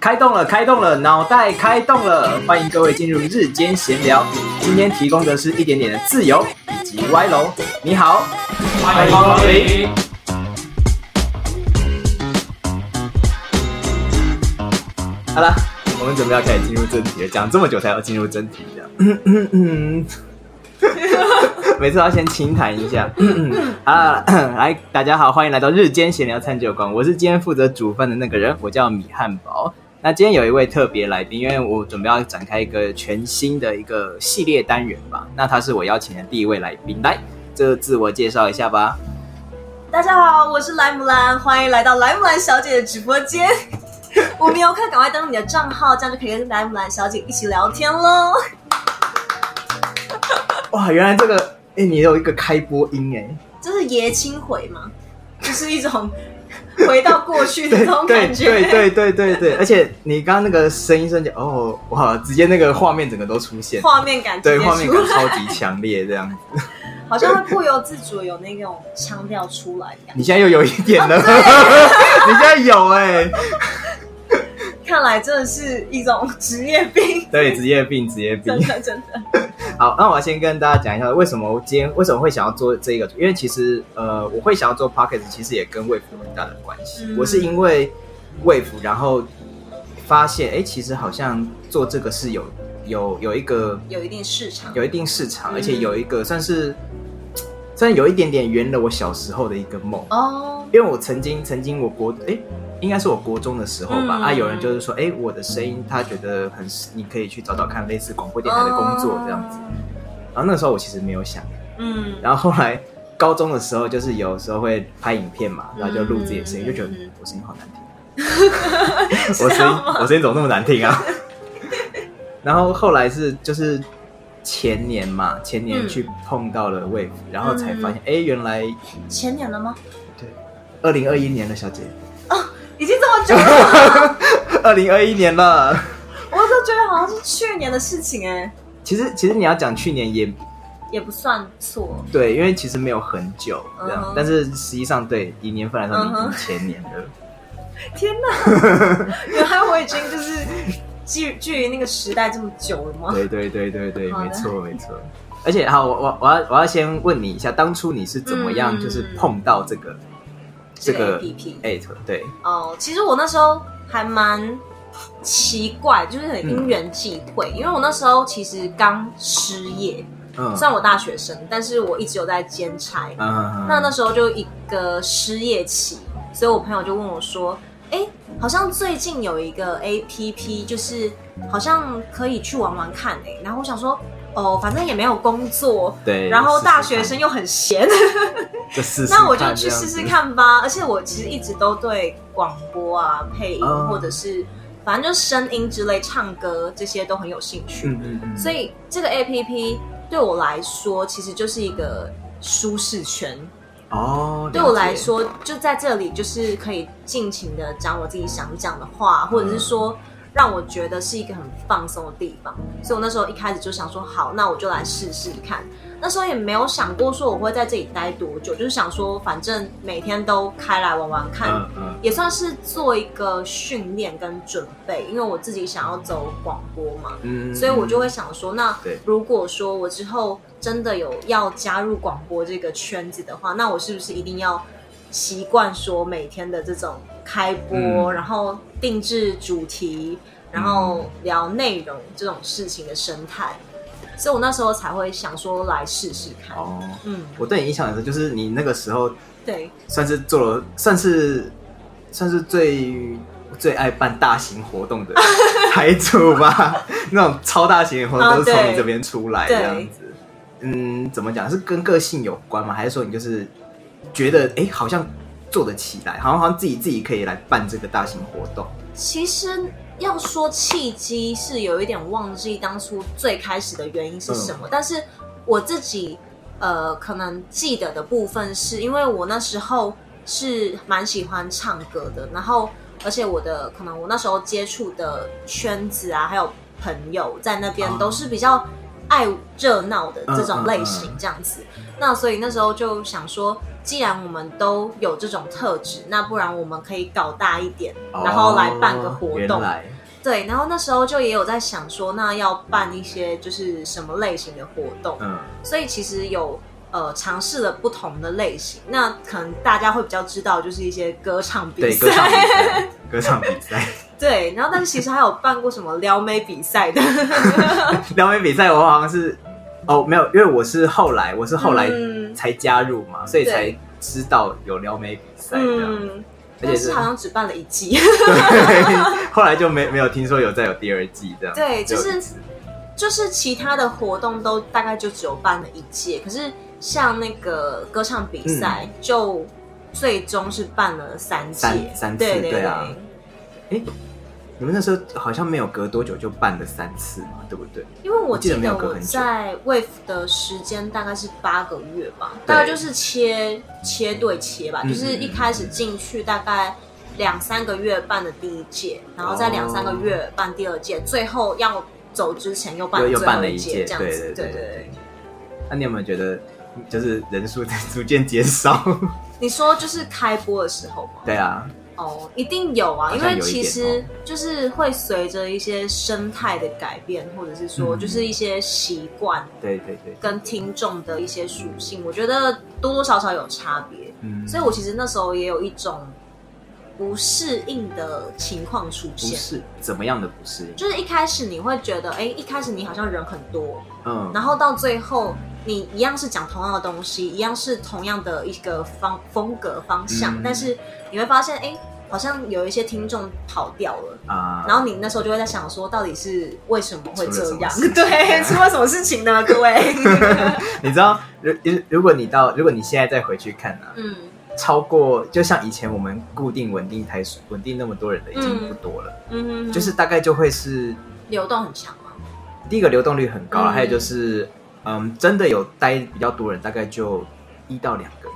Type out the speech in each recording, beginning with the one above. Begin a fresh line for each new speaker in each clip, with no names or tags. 开动了，开动了，脑袋开动了！欢迎各位进入日间闲聊，今天提供的是一点点的自由以及歪楼。你好，
欢迎光临。
好了，我们准备要开始进入正题了。讲这么久才要进入正题，这样。 每次都要先轻谈一下。好了，来，大家好，欢迎来到日间闲聊餐酒馆，我是今天负责煮饭的那个人，我叫米汉堡。那今天有一位特别来宾，因为我准备要展开一个全新的一个系列单元吧。那他是我邀请的第一位来宾，来，这个自我介绍一下吧。
大家好，我是莱姆兰，欢迎来到莱姆兰小姐的直播间。无名游客，赶快登录你的账号，这样就可以跟莱姆兰小姐一起聊天喽。
哇，原来这个，哎、你有一个开播音哎、
这是爷青回吗？就是一种回到过去的那 种
对
感觉。
对对对对对，而且你刚刚那个声音瞬间，哦，哇，直接那个画面整个都出现，
画面感直接
对，画面
出
感超级强烈，这样。
好像会不由自主有那种腔调出来一样。
你现在又有一点
哦
了， 你现在有哎、
看来真的是一种职业病，
对，职业病，职业病
真。的真的。
好，那我要先跟大家讲一下，为什么我今天为什么会想要做这一个主，因为其实呃，我会想要做 podcast，其实也跟卫服有很大的关系。
嗯
我是因为卫服，然后发现哎、诶其实好像做这个是有有有一个
有一定市场，
有一定市场，
嗯
而且有一个算是算有一点点圆了我小时候的一个梦。
哦，
因为我曾经曾经我国诶，应该是我国中的时候吧，
嗯
啊，有人就是说，诶，我的声音他觉得很，你可以去找找看类似广播电台的工作这样子。。然后那时候我其实没有想，
哦嗯，
然后后来高中的时候就是有时候会拍影片嘛，
嗯
然后就录自己的声音，就觉得
嗯
我声音好难听，啊 我声音我声音怎么那么难听啊？ 然后后来是就是前年嘛，前年
嗯
去碰到了 Wave，、然后才发现，诶，原来
前年了吗？
二零二一年了，小姐。
已经这么久了。
二零二一年了。
我都觉得好像是去年的事情哎、
其实，其实你要讲去年也
也不算错。
对，因为其实没有很久这样
嗯哼
但是实际上对以年份来说，你已
嗯
经
哼
前年了。
天哪，原来我已经就是距距离那个时代这么久了吗？
对对对对对，
好的
没错没错。而且好，我我我要我要先问你一下，当初你是怎么样，
嗯
就是碰到这个、这个
APP
at 对，
哦，其实我那时候还蛮奇怪，就是很因缘际会，因为我那时候其实刚失业，
嗯
虽然我大学生，但是我一直有在兼差。
嗯
那那时候就一个失业期，所以我朋友就问我说：“哎、好像最近有一个 A P P，就是好像可以去玩玩看哎、然后我想说，哦，反正也没有工作，
对，
然后大学
试试
生又很闲，
看就试试看，
那我就去试试。看吧。而且我其实一直都对广播啊、配音、
嗯
或者是反正就声音之类、唱歌这些都很有兴趣，
嗯嗯嗯，
所以这个 A P P 对我来说其实就是一个舒适圈。
哦，
对我
了解
来，说，就在这里，就是可以尽情的讲我自己想讲的话，或者是说让我觉得是一个很放松的地方。所以我那时候一开始就想说，好，那我就来试试看。那时候也没有想过说我会在这里待多久，就是想说反正每天都开来玩玩看，
嗯嗯
也算是做一个训练跟准备，因为我自己想要走广播嘛。
嗯，
所以我就
会
会想说，那
对
如果说我之后真的有要加入广播这个圈子的话，那我是不是一定要习惯说每天的这种开播，
嗯
然后定制主题，然后聊内容这种事情的生态？所以我那时候才会想说来试试看。
哦，
嗯，
我对你印象很深，就是你那个时候
对，
算是做了，算是算是最最爱办大型活动 的台主吧。 那种超大型的活动
啊
都是从
对
你这边出来这
对
样子。嗯，怎么讲？是跟个性有关吗？还是说你就是觉得哎、诶好像做得起来，好像好像自己自己可以来办这个大型活动？
其实要说契机，是有一点忘记当初最开始的原因是什么，但是我自己呃，可能记得的部分是因为我那时候是蛮喜欢唱歌的，然后而且我的可能我那时候接触的圈子啊，还有朋友在那边
啊
都是比较爱热闹的这
嗯嗯
种
嗯
类型这样子。那所以那时候就想说，既然我们都有这种特质，那不然我们可以搞大一点，然后来办个
哦
活
原
动。
来
对，然后那时候就也有在想说，那要办一些就是什么类型的活动，
嗯，
所以其实有呃尝试了不同的类型。那可能大家会比较知道，就是一些歌唱比
对，歌唱比
赛，
赛，歌唱比赛，
对。然后但是其实还有办过什么撩妹比赛的，
撩妹比赛，我好像是哦，没有，因为我是后来，我是 后来
嗯
才加入嘛，所以才
对
知道有撩妹比赛这样，
嗯，
而且
但
是
是好像只办了一 季。
对，后来就没没有听说有再有第二季这样，
对，就
只有一
是
次
就是其他的活动都大概就只有办了一届，可是像那个歌唱比
嗯
赛、就最终是办了三届，
三三次
对对
对啊你们那时候好像没有隔多久就办了三次嘛，对不对？
因为我记
我记得没有
得
隔
我
很久
在 Wave 的时间大概是八个月吧，
对
大概就是切切对切吧，
嗯
就是一开始进去大概两三个月办的第一届，然后再两三
哦
个月办第二届，最后要走之前又办
又
了
又
最
办
后
了一届，
届，这样
对
子，
对对
对对。
那你有没有觉得，就是人数在逐渐减 少？
你说就是开播的时候吗？
对啊，
哦，一定有啊，
好
因
像
为
有一
其
点哦
实就是会随着一些生态的改变，或者是说
嗯
就是一些习惯
对对对，
跟听众的一些属性，我觉得多多少少有差别。
嗯，
所以我其实那时候也有一种不适应的情况出
不
现，
是怎么样的不适应，
就是一开始你会觉得，哎，一开始你好像人很多，
嗯，
然后到最后你一样是讲同样的东西，一样是同样的一个方风格方向，
嗯
但是你会发现，哎，好像有一些听众跑掉了。
啊，
然后你那时候就会在想说，到底是为什么会
出了
这
什么
样
事？情啊
对，出了什么事情呢？各位，嗯
你知道，如如如果你到，如果你现在再回去看啊，
嗯
超过就像以前我们固定稳定台数稳定那么多人的已经不多了，
嗯，
就是大概就会是
流动很强嘛。
第一个流动率很高，
嗯
还有就是嗯，真的有待比较多人，大概就一到两个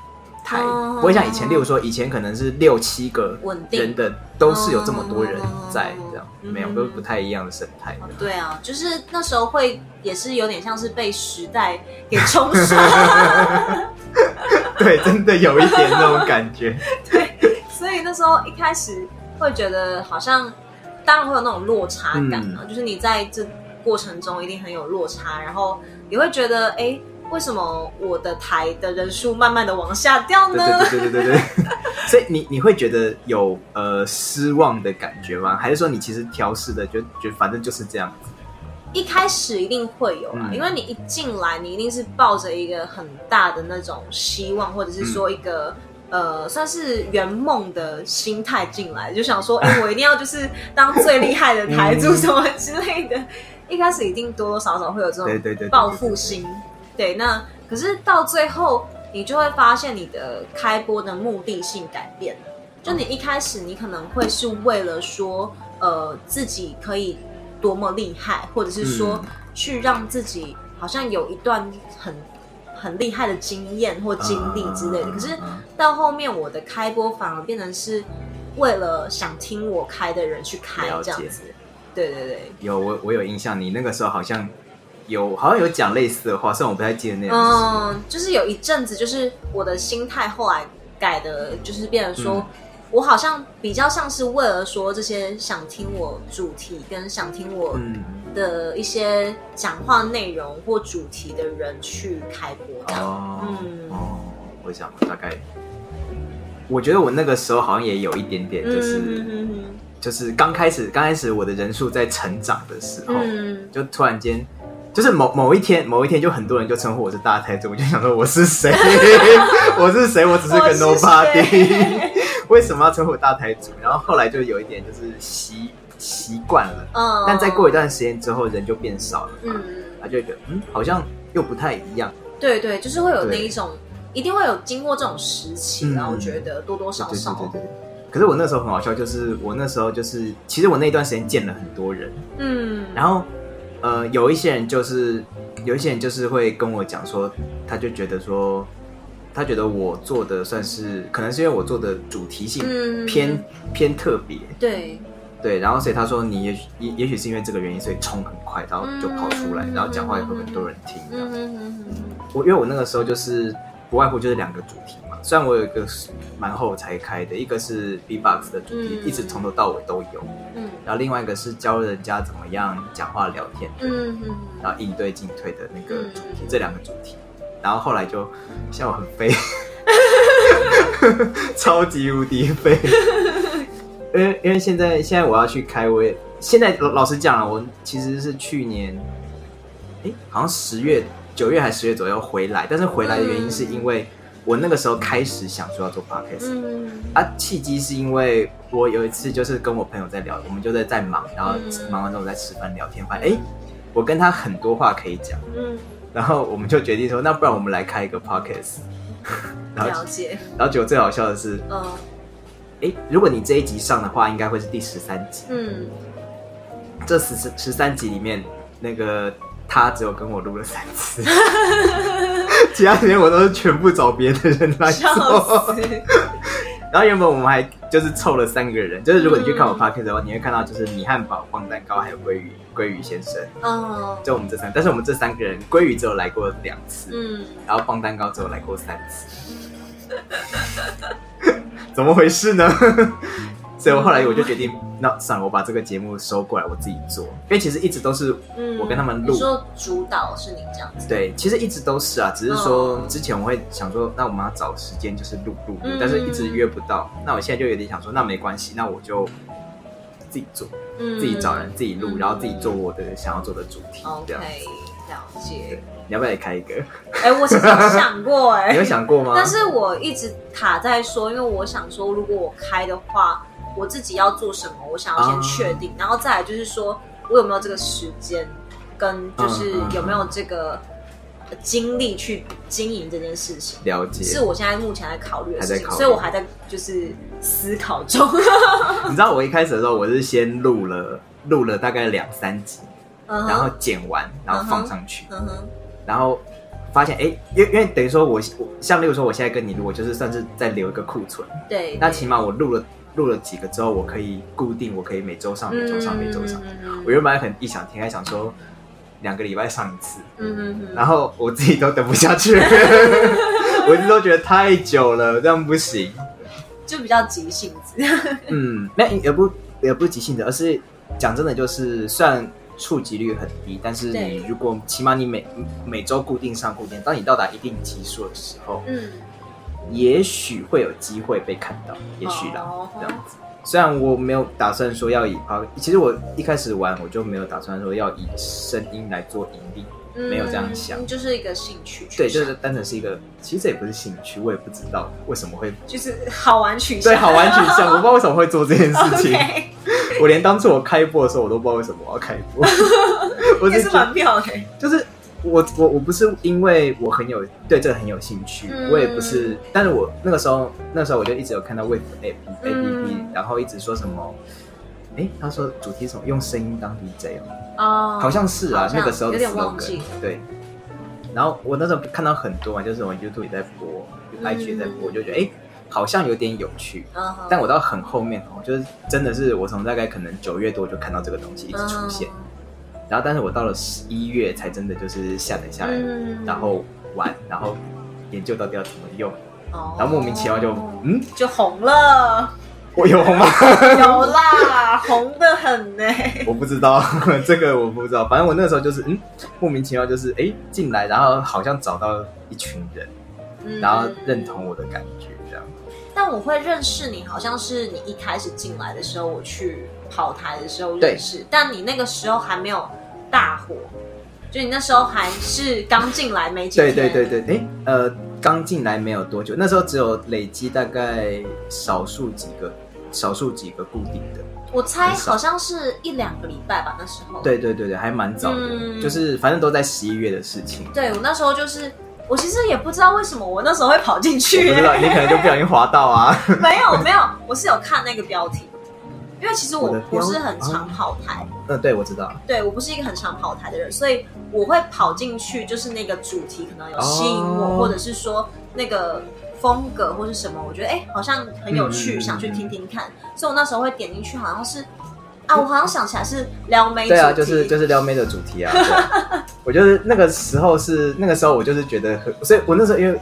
台，
哦
不会像以前，例如说以前可能是六七个
稳定
人的都是有这么多人在
哦
这样，
嗯
没有都是不太一样的生态
哦
的。
对啊，就是那时候会也是有点像是被时代给冲刷， 啊
对，真的有一点那种感 觉。
所以那时候一开始会觉得好像，当然会有那种落差感啊，
嗯
就是你在这过程中一定很有落差，然后也会觉得，哎，为什么我的台的人数慢慢的往下掉呢？
对对对对对 对对。所以你你会觉得有呃失望的感觉吗？还是说你其实调试的，就觉得反正就是这样？
一开始一定会有啦，
嗯
因为你一进来，你一定是抱着一个很大的那种希望，或者是
嗯
说一个、呃，算是圆梦的心态进来，就想说，哎、我一定要就是当最厉害的台柱
嗯
什么之类的。一开始一定多多少少会有这
对对对对
种报复心，对。那可是到最后，你就会发现你的开播的目的性改变了。就你一开始，你可能会是为了说，呃，自己可以多么厉害，或者是说
嗯
去让自己好像有一段很很厉害的经验或经历之类的。
嗯
可是
嗯嗯
到后面，我的开播反而变成是为了想听我开的人去开
了解
这样子。对对对，
有我我有印象，你那个时候好像有好像有讲类似的话，虽然我不太记得那样子。
嗯，就是有一阵子，就是我的心态后来改的，就是变成说。
嗯
我好像比较像是为了说这些想听我主题跟想听我
嗯，
的一些讲话内容或主题的人去开播这样。
哦，
嗯
哦，我想大概，我觉得我那个时候好像也有一点点，就是、
嗯
就是刚开始刚开始我的人数在成长的时候，
嗯，
就突然间，就是某某一天，某一天就很多人就称呼我是大台主，我就想说我是 谁，我是谁，我只是个
我是谁
nobody，为 什么要称呼我大台主？然后后来就有一点就是习习惯了，
嗯，
但再过一段时间之后，人就变少了，嗯，
嗯，
他就会觉得嗯，好像又不太一样，
对对，就是会有那
对
一种，一定会有经过这种时期啦。
嗯
我觉得多多
对
少
对
少，
对对对。可是我那时候很好笑，就是我那时候就是，其实我那一段时间见了很多人，
嗯，
然后呃，有一些人就是有一些人就是会跟我讲说，他就觉得说，他觉得我做的算是，可能是因为我做的主题性
嗯
偏、偏特别，
对，
对，然后所以他说你也许也也许是因为这个原因，所以冲很快，然后就跑出来，
嗯
然后讲话也会很多人听。这样
嗯哼哼哼哼，
我因为我那个时候就是不外乎就是两个主题嘛，虽然我有一个是蛮后才开的，一个是 B-box 的主题，
嗯
一直从头到尾都有，
嗯
然后另外一个是教人家怎么样讲话聊天，
嗯哼
然后
哼，
应对进退的那个主题，
嗯
这两个主题。然后后来就像我很飞， 超级无敌飞。因为因为现在现在我要去开，我也现在老老实讲了，我其实是去年，哎，好像十月、九月还十月左右回来，但是回来的原因是因为我那个时候开始想说要做 podcast，、
嗯
啊，契机是因为我有一次就是跟我朋友在聊，我们就在在忙，然后
嗯
忙完之后我在吃饭聊天，发现哎、诶我跟他很多话可以讲，
嗯，
然后我们就决定说，那不然我们来开一个 podcast。然后
了，解，
然后结果最好笑的是，
呃，
哎、如果你这一集上的话，应该会是第十三集。
嗯，
这十十十三集里面，那个他只有跟我录了三 次，其他时间我都是全部找别的人来
笑
做。
死，
然后原本我们还就是凑了三个人，就是如果你去看我
嗯
podcast 的话，你会看到就是米汉堡、逛蛋糕还有鲑鱼鲑鱼先生，
哦，
就我们这三，但是我们这三个人鲑鱼只有来过两次，
嗯，
然后逛蛋糕只有来过三次， 怎么回事呢？
嗯
所以我后来我就决定，那算了，我把这个节目收过来，我自己做，因为其实一直都是
嗯
我跟他们
你
录，
说主导是你这样子，
对，其实一直都是啊，只是说
嗯
之前我会想说，那我们要找时间就是录录录
嗯，
但是一直约不到。那我现在就有点想说，那没关系，那我就自己做，
嗯，
自己找人，自己录，
嗯
然后自己做我的想要做的主题，这
，OK，
样。
了解。
你要不要也开一个？
哎、我其实有想过、哎，
你有想过吗？
但是我一直卡在说，因为我想说，如果我开的话，我自己要做什么，我想要先确定，然后再来就是说我有没有这个时间，跟就是
嗯嗯嗯
有没有这个精力去经营这件事情。
了解，
是我现在目前在考虑的事
还在
情，
考虑
所以我还在就是思考中。
你知道我一开始的时候，我是先录了录了大概两三集，
嗯
然后
哼，
剪完，然后
嗯哼
放上去，
嗯哼，
然后发现哎，因为因为等于说我我像例如说我现在跟你录，我就是算是在留一个库存。
对，
那
对
起码我录了录了几个之后，我可以固定，我可以每周上、每周上、每周上。，
嗯嗯
我原本还很异想天开，想说两个礼拜上一次，
嗯嗯嗯，
然后我自己都等不下 去，我一直都觉得太久了，这样不行。
就比较急性子。
嗯，没有也不也不是急性子，而是讲真的，就是虽然触及率很低，但是
对
你如果起码你每每周固定上固定，当你到达一定级数的时候，
嗯，
也许会有机会被看到，也许啦，
哦
这样子。虽然我没有打算说要以啊，其实我一开始玩我就没有打算说要以声音来做盈利，
嗯
没有这样想
就是一个兴趣取向。
对，就是单纯是一个，其实这也不是兴趣，我也不知道为什么会
就是好玩取向，
对好玩取 向，我不知道为什么会做这件事情，
OK，
我连当初我开播的时候我都不知道为什么我要开 播，我
也
只
是
觉得
蛮妙的。
就是我我我不是因为我很有对这个很有兴趣，
嗯
我也不是，但是我那个时候那时候我就一直有看到 Wave A P A P P，、
嗯
然后一直说什么，哎，他说主题是什么用声音当 DJ 哦，
哦
好像是啊
好，像
那个时候的
有点忘
slogan
记
对。然后我那时候看到很多嘛，就是我 YouTube 也在播
嗯
，IG 也在播，我就觉得哎，诶好像有点有趣。
嗯哼，
但我到很后面哦，就是真的是我从大概可能九月多就看到这个东西一直出
嗯
现，然后但是我到了十一月才真的就是下载下来，
嗯
然后玩，然后研究到底要怎么用，
哦
然后莫名其妙就嗯，
就 红了，
我有 红吗？
有啦，红的很呢。
我不知道这个我不知道，反正我那时候就是嗯，莫名其妙就是哎进来，然后好像找到一群人，
嗯
然后认同。我的感觉这样。
但我会认识你，好像是你一开始进来的时候，我去跑台的时候
对
认识，但你那个时候还没有大火，就你那时候还是刚进来没几
对
天。
对对对，哎呃，刚进来没有多久，那时候只有累积大概少数几个。少数几个固定的，
我猜
很少
好像是一两个礼拜吧，那时候。
对对对对，还蛮早的，
哦嗯
就是反正都在十一月的事情。
对我那时候就是，我其实也不知道为什么我那时候会跑进去、
我不知道，你可能就不小心滑到啊。
没有没有，我是有看那个标题，因为其实我
我的
不
标
是很常跑台，
嗯，对，我知道。
对我不是一个很常跑台的人，所以我会跑进去，就是那个主题可能有吸引我，
哦
或者是说那个风格或是什么，我觉得哎、好像很有
嗯
趣，
嗯嗯
想去听听看，所以我那时候会点进去，好像是啊，我好像想起来是撩妹
对啊，
主
就
题
是就是撩妹的主题啊。对 啊我就是那个时候是那个时候，我就是觉得很，所以我那时候因为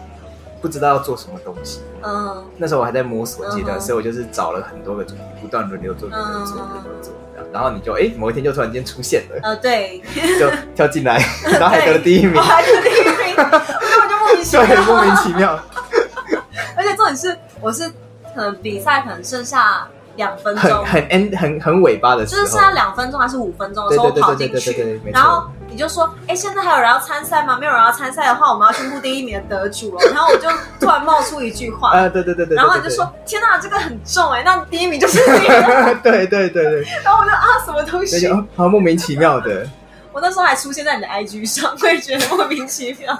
不知道要做什么东西，
嗯
那时候我还在摸索，记得
嗯哼
所以我就是找了很多个主题，不断轮流做，轮流做，
嗯
轮流做。这样然后你就哎、某一天就突然间出现 了，
呃对，
就跳进来，然后还得了第一名
我，还得第一名，我根本就莫名其
对，莫
妙。
名其 妙，
而且重点是，我是可能比赛可能剩下两分
很
钟，
很 end 很很尾巴的时
就
候，
是剩下两分钟还是五分钟的时候，我
对对对
跑
对
进
对对对
去
对没，错
然后你就说：“哎，现在还有人要参赛吗？没有人要参赛的话，我们要宣布第一名的得主哦。”然后我就突然冒出一句话，
啊，对对对对，对
然后你就，说：“天哪，这个很重哎，那第一名就是你。”
对对对对对，
然后我就啊，什么东
所以
西
就？啊好莫名其妙的，
我那时候还出现在你的 IG 上，我也觉得莫名其妙。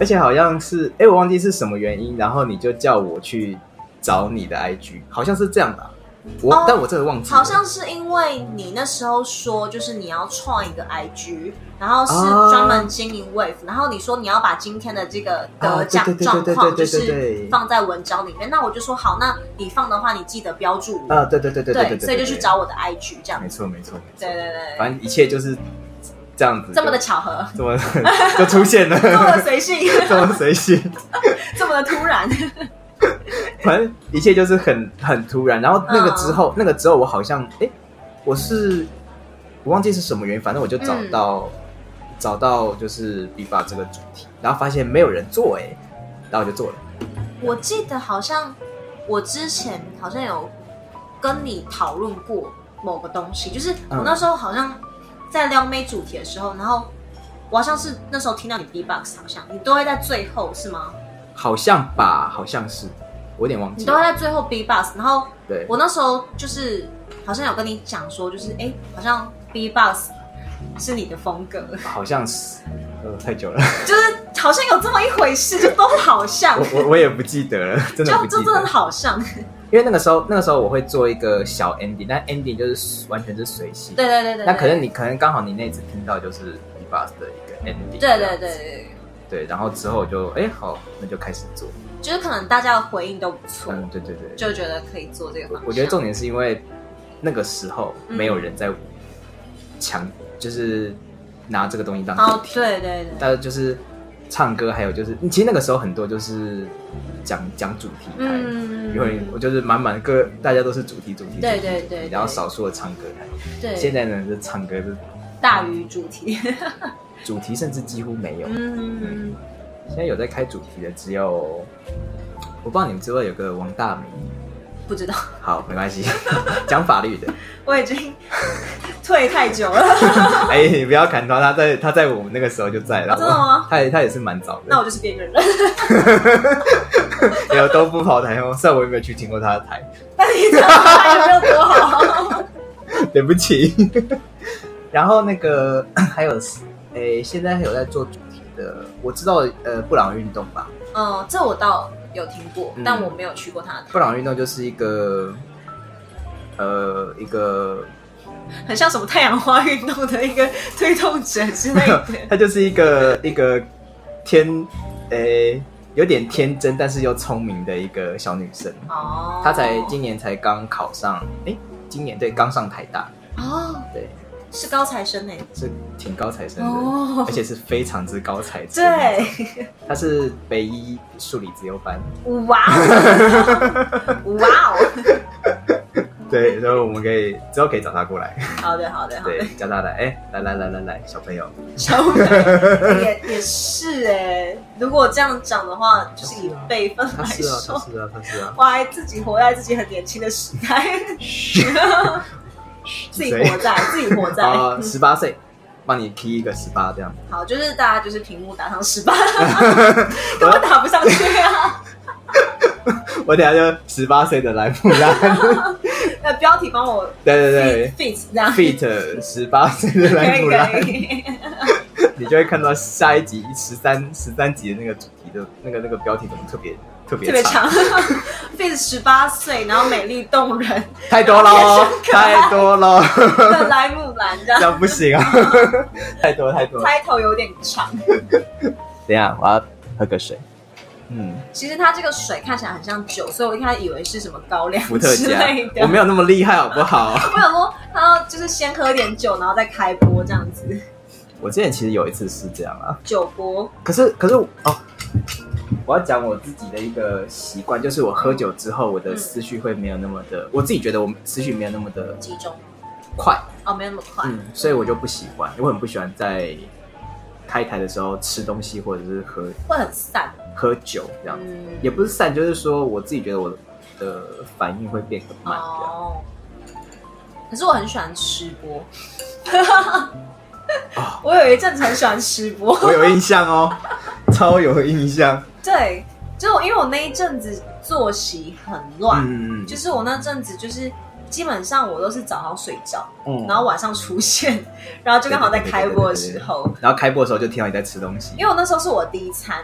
而且好像是哎，我忘记是什么原因，然后你就叫我去找你的 IG，好像是这样吧。我、
哦
但我真的忘记了，
好像是因为你那时候说，就是你要创一个 IG，然后是
哦
专门经营 Wave，、然后你说你要把今天的这个得
哦
奖
对对
状
对对
况就
对对对
是
对
放在文章里面。那我就说好，那你放的话，你记得标注我。
啊，对对对对对对，
所以就去找我的 IG 这样
没
子。
错没错没错
对，对对
反正一切就是这样子，
这么的巧合，
怎么 就出现了，
这么 的随性，
这么随性，
这么的突然。
反正一切就是很很突然。然后那个之
嗯
后，那个之后我好像哎、诶我是我忘记是什么原因，反正我就找到、
嗯
找到就是必发这个主题，然后发现没有人做哎、诶然后我就做了。
我记得好像我之前好像有跟你讨论过某个东西，就是
嗯
我那时候好像在撩妹主题的时候，然后我好像是那时候听到你 D box，好像你都会在最后是吗？
嗯好像吧，好像是，我有点忘
你
记
都会
了。
在最后 B box，然后
对，
我那时候就是好像有跟你讲说，就是哎、诶好像 B box 是你的风格，
好像是，呃，太久了，
就是好像有这么一回事，就都好像
我，我我也不记 得了，真的
就
不
就
记
真的
得。
好像，
因为那个时候，那个时候我会做一个小 ending，但 ending 就是完全是随性。
对对对对，
那可能
你
你可能刚好你那次听到就是 b b u s 的一个 ending，
对
这样
对对
子
对对。
对，然后之后我就哎、好，那就开始做。
就是可能大家的回应都不错，
嗯，对对对，
就觉得可以做这个方向。
我觉得重点是因为那个时候
嗯
没有人在强，就是拿这个东西当
哦
主，题，
对对对，
但是就是唱歌，还有就是其实那个时候很多就是讲讲主题台。
嗯，
因为我就是满满各大家都是主题主题，
对
主题
对
主题
对对
然后少数的唱歌台。
对
现在呢，这唱歌是
大于主 题，
主题甚至几乎没有，
嗯，
现在有在开主题的只有，我不知道你们知不知道有个王大明。
不知道，
好，没关系， 讲法律 的。
我已经退太久了，
哎、你不要砍他，他在他在我们那个时候就在了。
真的吗
他也他也是蛮早
那
的，
我就是边缘人。
没有都不跑台哦。虽然我也没有去听过他的台，
那你这样还有没有多好？
对不起。然后那个 还有，哎、现在还有在做主题的，我知道呃布朗运动吧，
嗯，这我倒有听过
嗯，
但我没有去过他的台，
布朗运动就是一个呃一个
很像什么太阳花运动的一个推动者之类的。
他就是一个一个天，诶、有点天真，但是又聪明的一个小女生。
哦，
她才今年才刚考上，诶、今年对刚上台大，
哦，
对，
是高材生哎，
是挺高材生的，
哦
而且是非常之高材生。，
对，
她是北医数理自由班。
哇哦，哇 哦，
对，所以我们可以之后可以找她过来，
好的好的好的。
对，叫她来，哎、来来来来来，小朋友，
小美也也是哎、如果这样讲的话，就是以辈分
她
来
是啊，
说，
她是啊，她是啊，
我还自己活在自己很年轻的时代，自己活在自己活在。
啊，十八岁，帮你 key 一个十八这样。
好，就是大家就是屏幕打 上十八，根本打不上去啊！
我等一下就十八岁的莱姆拉，
那标题帮我
对 对
fit 这样
对，fit 十八岁的
可
莱姆拉，
以可以。
你就会看到下一集十三十三集的那个主题的那个那个标题怎么特别特别
特别长 ，fit 十八岁，然后美丽 动人
太多了哦，
特别长
太多了，
的莱姆兰这
这
样，
样不行啊， 太多太多。
开头有点长。
等一下我要喝个水，嗯，
其实它这个水看起来很像酒，所以我一开始以为是什么高粱
伏特
之
加
类的。
我没有那么厉害好不好？
我想说，他就是先喝点酒，然后再开播这样子，
我之前其实有一次是这样啊，
酒播。
可是可是我哦，我要讲我自己的一个习惯，就是我喝酒之后，我的思绪会没有那么的，我自己觉得我思绪没有那么的
集中
快，
哦，没有那么快。
嗯，所以我就不喜欢，我很不喜欢在开台的时候吃东西或者是喝
会很散。
喝酒这样子，
嗯，
也不是散，就是说我自己觉得我的反应会变很慢这样。
哦。可是我很喜欢吃播，
啊
我有一阵子很喜欢吃播。
我有印象哦，超有印象。
对，就是我因为我那一阵子作息很乱，
嗯，
就是我那阵子就是基本上我都是早上睡觉，
嗯
然后晚上出现， 然后就刚好在开播的时候。
然后开播的时候就听到你在吃东西，
因为我那时候是我第一 餐，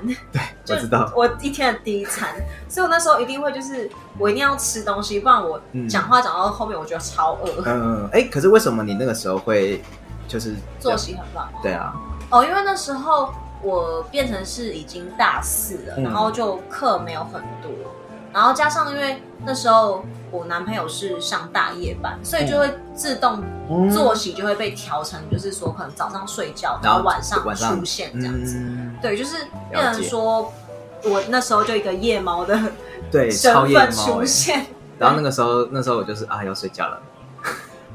我知道，
我一天的第一餐，所以我那时候一定会就是我一定要吃东西，不然我
嗯
讲话讲到后面我觉得超 饿，
嗯，哎、可是为什么你那个时候会就是
作息很乱。
对啊，
哦，因为那时候我变成是已经大四了，
嗯
然后就课没有很多，然后加上因为那时候我男朋友是上大夜班，所以就会自动
嗯
作息就会被调成，就是说可能早上睡觉，然后晚上
晚上
出现这样子。
嗯、
对，就是
了
变成
解
说。我那时候就一个夜猫的
对，
身
超夜
份
猫、
出
欸。
现，
然后那个时候，那时候我就是啊要睡觉了，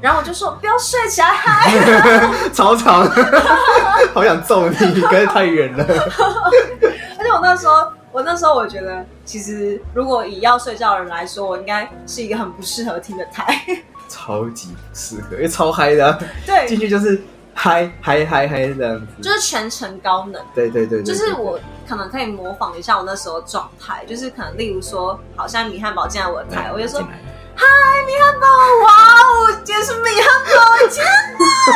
然后我就说不要睡起来，
超长， 好想揍你，可是太远了。
而且我那时候，我那时候我觉得，其实如果以要睡觉的人来说，我应该是一个很不适合听的台。
超级适合，因为超嗨的啊、进
对，
去就是嗨嗨嗨嗨这样子。
就是全程高能。
对对对对，
就
对
是我可能可以模仿一下我那时候的状态，就是可能例如说，好像米汉堡进来我的台，我就说
进来
嗨，米汉堡，哇哦，今天是米汉堡，天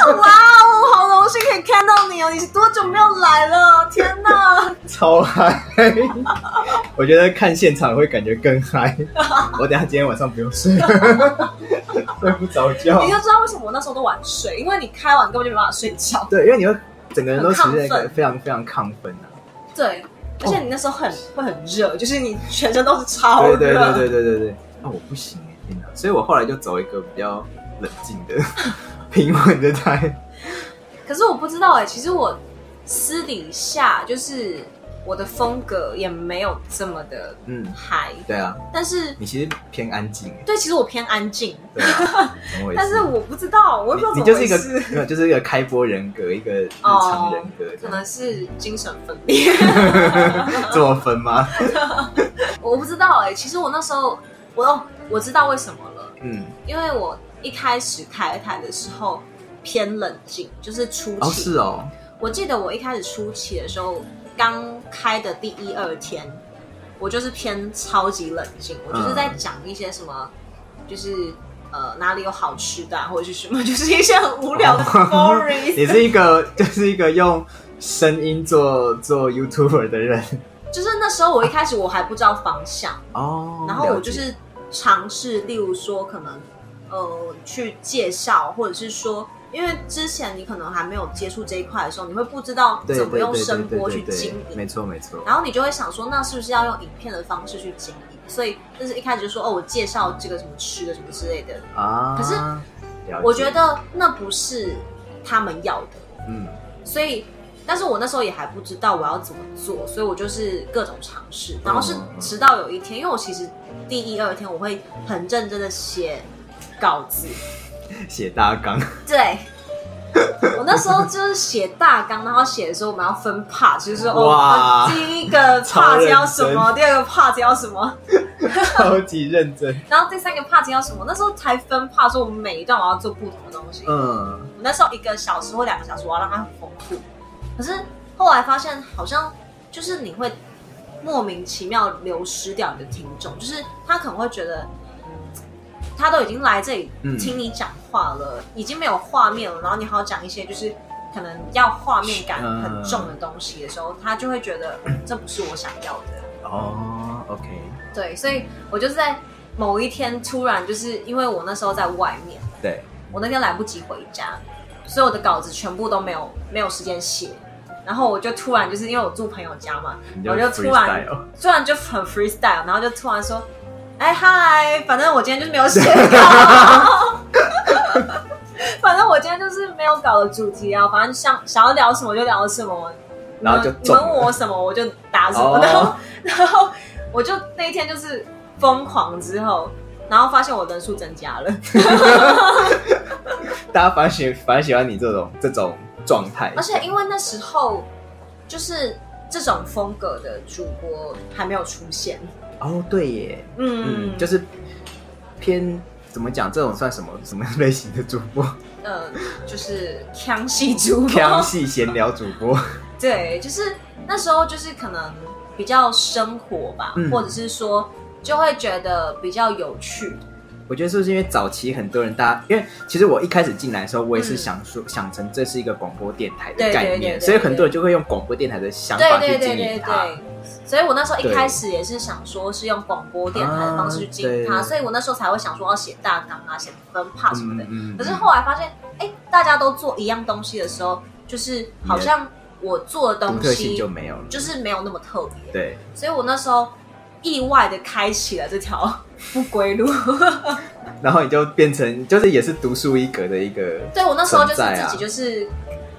哪，哇哦，好荣幸可以看到你哦，你是多久没有来了？天哪，
超嗨， 我觉得看现场会感觉更 嗨。我等一下今天晚上不用睡 了，睡不着觉
你。就知道为什么我那时候都晚睡，因为你开完根本就没办法睡觉。
对，因为你会整个人都呈现一
很亢
个
奋
非常非常亢奋啊。
对，而且你那时候很、会很热，就是你全身都是超热。
对对对对对对对。啊，我不行哎、天哪！所以我后来就走一个比较冷静 的、平稳的态。
可是我不知道哎、其实我私底下就是我的风格也没有这么的
嗯，
嗨，
对啊，
但是
你其实偏安静欸、
对，其实我偏安静，
对啊，怎么回事
但是我不知道，我也不知道
你你就是
怎么
一
回
个
事。
没有，就是一个开播人格，一个日常人格，这
可
样
能是精神分裂，
这么分吗？
我不知道哎、其实我那时候，我哦我知道为什么了，
嗯，
因为我一开始开台的时候偏冷静，就是初期、
哦是哦，
我记得我一开始初期的时候，刚开的第一二天，我就是偏超级冷静，我
嗯
就是在讲一些什么，就是呃哪里有好吃的、啊，或者是什么，就是一些很无聊的
哦
stories，
你是一个就是一个用声音做做 YouTuber 的人
就是那时候我一开始我还不知道方向，
哦
然后我就是尝试，例如说可能呃去介绍，或者是说。因为之前你可能还没有接触这一块的时候，你会不知道
对
怎么
对
用
对对
声波
对
去
对
经营
没，错没错，
然后你就会想说，那是不是要用影片的方式去经营？所以就是一开始就说哦，我介绍这个什么吃的什么之类的。
啊，
可是
了解
我觉得那不是他们要的，
嗯
所以，但是我那时候也还不知道我要怎么做，所以我就是各种尝试。然后
嗯
是直到有一天，因为我其实第一二天我会很认真的写稿子，
写大纲，
对。 我那时候就是写大纲，然后写的时候我们要分 part，就是说哦
哇，
第一个
超
part
认
要什么，
真
第二个 part 要什么，
超级认真，
然后第三个 part 要什么？那时候才分 part，说我们每一段我要做不同的东西。
嗯，
我那时候一个小时或两个小时，我要让它很丰富。可是后来发现，好像就是你会莫名其妙流失掉你的听众，就是他可能会觉得，嗯他都已经来这里
嗯
听你讲话了，已经没有画面了，然后你还要讲一些就是可能要画面感
嗯
很重的东西的时候，他就会觉得嗯这不是我想要的。
哦，OK，
对，所以我就是在某一天突然就是因为我那时候在外面，
对，
我那天来不及回家，所以我的稿子全部都没有没有时间写。然后我就突然就是因为我住朋友家嘛，
你
我就突然
freestyle
突然就很 freestyle，然后就突然说，哎嗨，反正我今天就是没有写稿， 反正我今天就是没有搞的主题啊，反正想想要聊什么就聊什么，
然后就
你
中
们
了
问我什么我就答什么，
哦
然后然后我就那一天就是疯狂之后，然后发现我人数增加了，
大家反而喜反而喜欢你这种这种状态
而，且因为那时候就是这种风格的主播还没有出现，
哦，对耶，
嗯，
嗯，就是偏怎么讲，这种算什么什么类型的主 播？
呃，就是腔系主播，
腔系闲聊主播，
对，就是那时候就是可能比较生活吧，
嗯
或者是说就会觉得比较有趣，
我觉得是不是因为早期很多人大家，因为其实我一开始进来的时候，我也是想说、想成这是一个广播电台的
对
概
对
念，
对对
所以很多人就会用广播电台的想
对
法去
对
经
对
营
对
它。
对。所以我那时候一
对
开始也是想说，是用广播电台的方式去经营它，
啊对
所以我那时候才会想说要写大纲啊、写分帕什么的。
嗯
可是后来发现，哎、大家都做一样东西的时候，就是好像我做的
独
东
特性
西
就没有了。
就是没有那么特别，
对，
所以我那时候意外的开启了这条不归路。
然后你就变成就是也是独树一格的一个，
对我那时候就是
存在
自
啊
己就是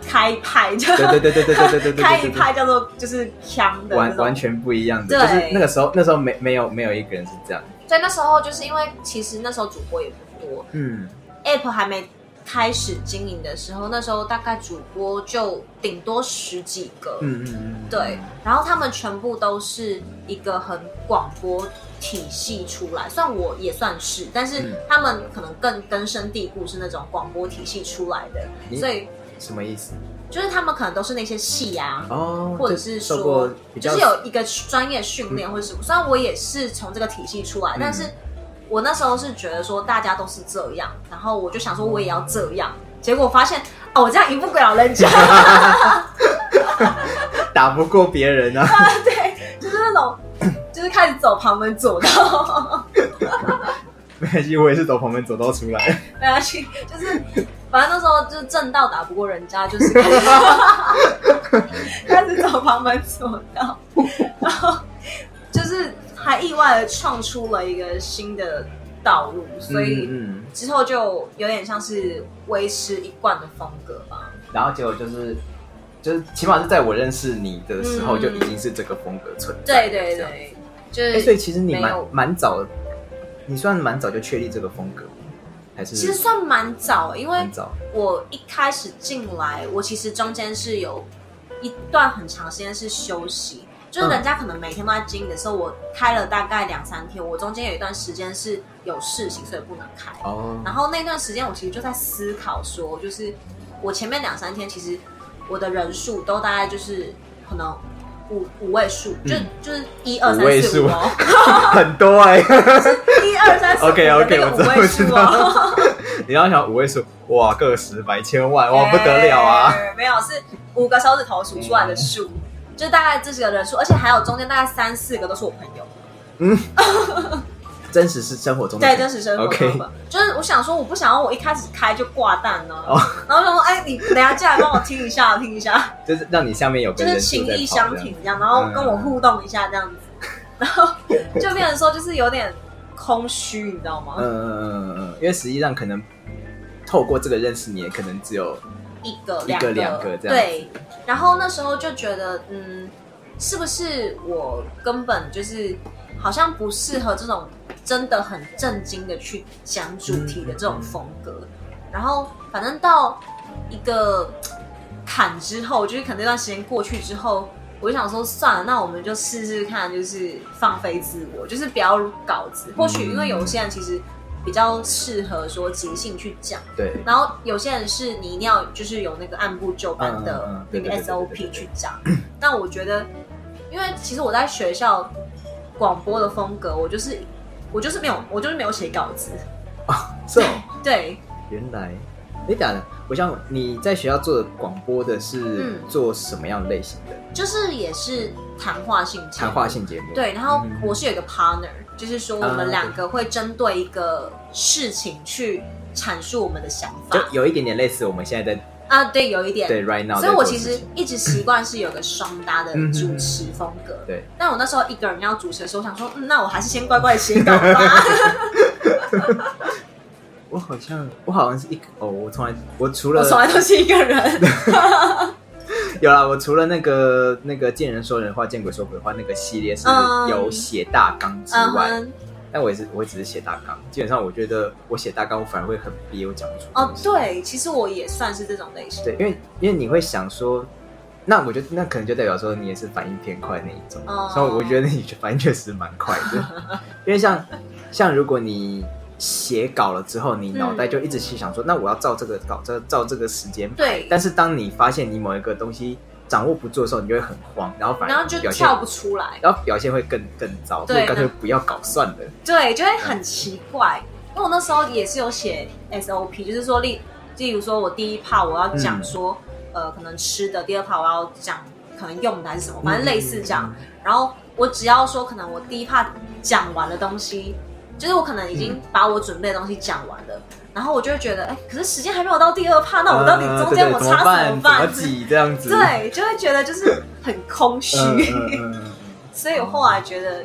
开派，就
对对对对对对对对对对，
开一派叫做就是腔的那
完完
种。
全不一样的，
对
就是那个时候那时候没没有没有一个人是这样，
所以那时候就是因为其实那时候主播也不多
嗯，
，App 还没开始经营的时候，那时候大概主播就顶多十几个，
嗯嗯嗯，
对，然后他们全部都是一个很广播体系出来，算我也算是，但
嗯
是他们可能更根深蒂固是那种广播体系出来的，
你
所以
什么意思？
就是他们可能都是那些戏啊，
哦，
或者
就是受过
说
比
就
较嗯
是有一个专业训练或者什么。虽然我也是从这个体系出来，但是我那时候是觉得说大家都是这样，然后我就想说我也要这样，结果发现哦，我这样赢不了 人家，
打不过别人啊，
就是那种就是开始走旁门左道，
没关系，我也是走旁边走到出 来，
没关系，就是。反正那时候就是正道打不过人家，就是开始开始走旁门左道，然后就是还意外的创出了一个新的道路，所以
嗯，嗯
之后就有点像是维持一贯的风格吧。
然后结果就是就是起码是在我认识你的时候
嗯
就已经是这个风格存在
对
了，
对
这样，
对，就
哎，所以
是
其实你
没
蛮
有
蛮早，你算蛮早就确立这个风格吗，还是
其实算蛮早，因为
蛮早，
我一开始进来，我其实中间是有一段很长时间是休息，就是
嗯
人家可能每天都在经营的时候，我开了大概两三天，我中间有一段时间是有事情，所以不能开。
哦，
然后那段时间，我其实就在思考说，就是我前面两三天，其实我的人数都大概就是可能五五位数，就就是一二
五位
三四
数
五哦，
很多哎、
一二三四
OK
五的
OK，
那
我
个
知道
五
我
位
知
数
道
哦，。
你要想五位数，哇，个十百千万，哇，不得了啊！
哎！没有，是五个手指头数出来的数，就大概这几个人数，而且还有中间大概三四个都是我朋友，
真实是生活中的
在真实生活中
OK，
吧。就是我想说，我不想要我一开始开就挂蛋呢、
哦
然后就说，哎，你等一下进来帮我听一下，听一下。
就是让你下面有
就
跟
是
人
情
在
意
跑
相
这样嗯
挺这样，然后跟我互动一下这样子， 然后就变成说就是有点空虚，你知道吗？
嗯嗯嗯嗯嗯，因为实际上可能透过这个认识你，也可能只有
一个
一
两
个
个
两个这样子
对。然后那时候就觉得，嗯，是不是我根本就是好像不适合这种真的很震惊的去讲主题的这种风
嗯
格。然后反正到一个坎之后，就是可能那段时间过去之后。我就想说，算了，那我们就试试看，就是放飞自我，就是不要稿子。或许因为有些人其实比较适合说即兴去讲，
对
然后有些人是你一定要就是有那个按部就
嗯
班
嗯嗯
的
对
那
对
个
对对对
SOP
对
去 讲。那我觉得，因为其实我在学校广播的风格，我就是我就是没有我就是没有写稿子，
是哦，
对，
原来你讲的，我想你在学校做的广播的是
嗯
做什么样类型的
就是也是谈话性节目
谈话。性节目？
对，然后
嗯
我是有一个 partner，、就是说我
啊
们两个会针对一个事情去阐述我们的想法
就。有一点点类似我们现在在
啊，对，有一点。
啊对，right now 在做的事情。
所以我其实一直习惯是有个双搭的
嗯
主持风格。
对，
但我那时候一个人要主持的时候，我想说，嗯，那我还是先乖乖地写稿 吧。
我好像我好像是一个哦，我从来我除了
我从来都是一个人。
有啦，我除了那个那个见人说人话，见鬼说鬼话那个系列是
嗯
有写大纲 之
嗯
外，
哼，
但我也是我只是写大纲。基本上我觉得我写大纲，我反而会很憋，我讲不出
哦
东，西
对，其实我也算是这种类型。
对，因为因为你会想说，那我就那可能就代表说你也是反应偏快那一种，
哦
所以我觉得你 反应确实蛮快的。因为像像如果你写稿了之后，
嗯
你脑袋就一直去想说，那我要照这个稿，照照这个时间。
对，
但是当你发现你某一个东西掌握不住的时候，你就会很慌，然后反
然后
而
就
表现
跳，不出来，
然后表现会更更糟，所
对
以我干脆
那
不要搞算了。
对，就会很奇怪。因为我那时候也是有写 SOP，就是说例，例如说我第一 part 我要
嗯
讲说，呃，可能吃的；第二 part 我要讲可能用的还
嗯
是什么，反正类似这样。然后我只要说，可能我第一 part 讲完的东西，就是我可能已
嗯
经把我准备的东西讲完了，然后我就会觉得，哎，可是时间还没有到第二 part，那我到底
呃
中间
对
我
对
插什
怎
么
么办？
饭
怎么？挤这样子？
对，就会觉得就是很空虚。
嗯，嗯嗯嗯
所以我后来觉得，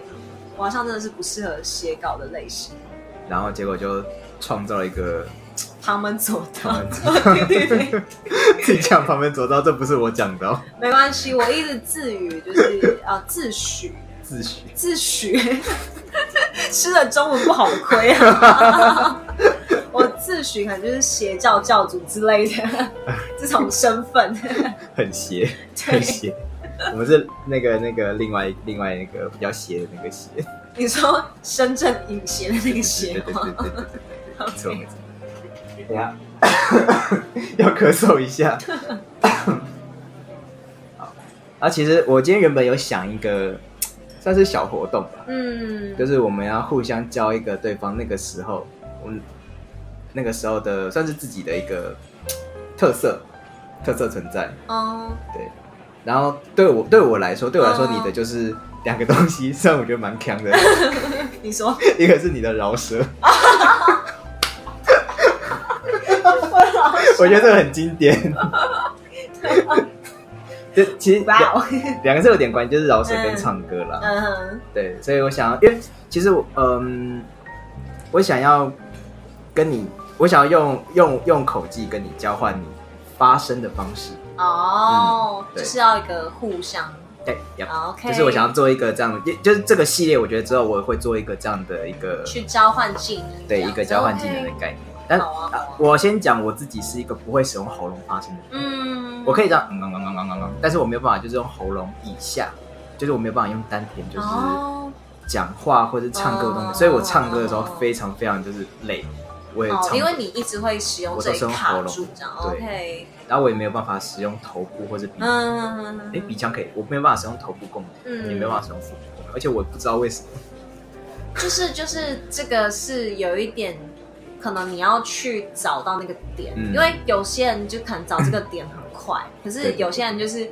我好像真的是不适合写稿的类型，
然后结果就创造了一个
旁门左道。
旁门
对对对，
自己讲旁边左道，这不是我讲的哦，
没关系，我一直自诩就是呃自诩
自诩。
自诩，吃了中文不好的亏啊。 我自诩可能就是邪教教主之类的 这种身份，
很邪，很邪。我们是那个那个另外另外那个比较邪的那个邪，
你说深圳隐邪的那个邪
对对对
吗
对？对对对对，没错没错。等一下， 要咳嗽一 下。好，啊，其实我今天原本有想一个算是小活动吧，
嗯，
就是我们要互相教一个对方那个时候我们那个时候的算是自己的一个特色特色存在。
哦，
对，然后对我对我来说，对我来说，
嗯
你的就是两个东西，虽然我觉得蛮强的，
你说
一个是你的饶 舌，我觉得这个很经典。 就其实
哇
两
哦，
两个是有点关系，就是饶舌跟
嗯
唱歌啦。
嗯哼，
对，所以我想要，因为其实我嗯，我想要跟你，我想要用用用口技跟你交换你发声的方式。
哦，
嗯对
就是要一个互相
对，yep
OK，
就是我想要做一个这样的，也就是这个系列，我觉得之后我会做一个这样的一个
去交换技能，
对一个交换技能的
OK
概念。但、
好啊好啊
我先讲我自己是一个不会使用喉咙发声的人，
嗯，
我可以这样嗯嗯嗯嗯嗯嗯嗯，但是我没有办法就是用喉咙以下，就是我没有办法用丹田，就是
哦，
讲话或者唱歌的东西，
哦
所以我唱歌的时候非常非常就是累，我也
哦
唱，不，
因为你一直会使用
我
这
都
一
是用
卡
喉咙
住这样
对
，OK，
然后我也没有办法使用头部或者鼻，哎、
嗯，
鼻腔可以，我没有办法使用头部共鸣，
嗯
也没有办法使用腹部共鸣，而且我不知道为什么。
就是就是这个是有一点。可能你要去找到那个点，
嗯
因为有些人就可能找这个点很快，可是
对
有些人就是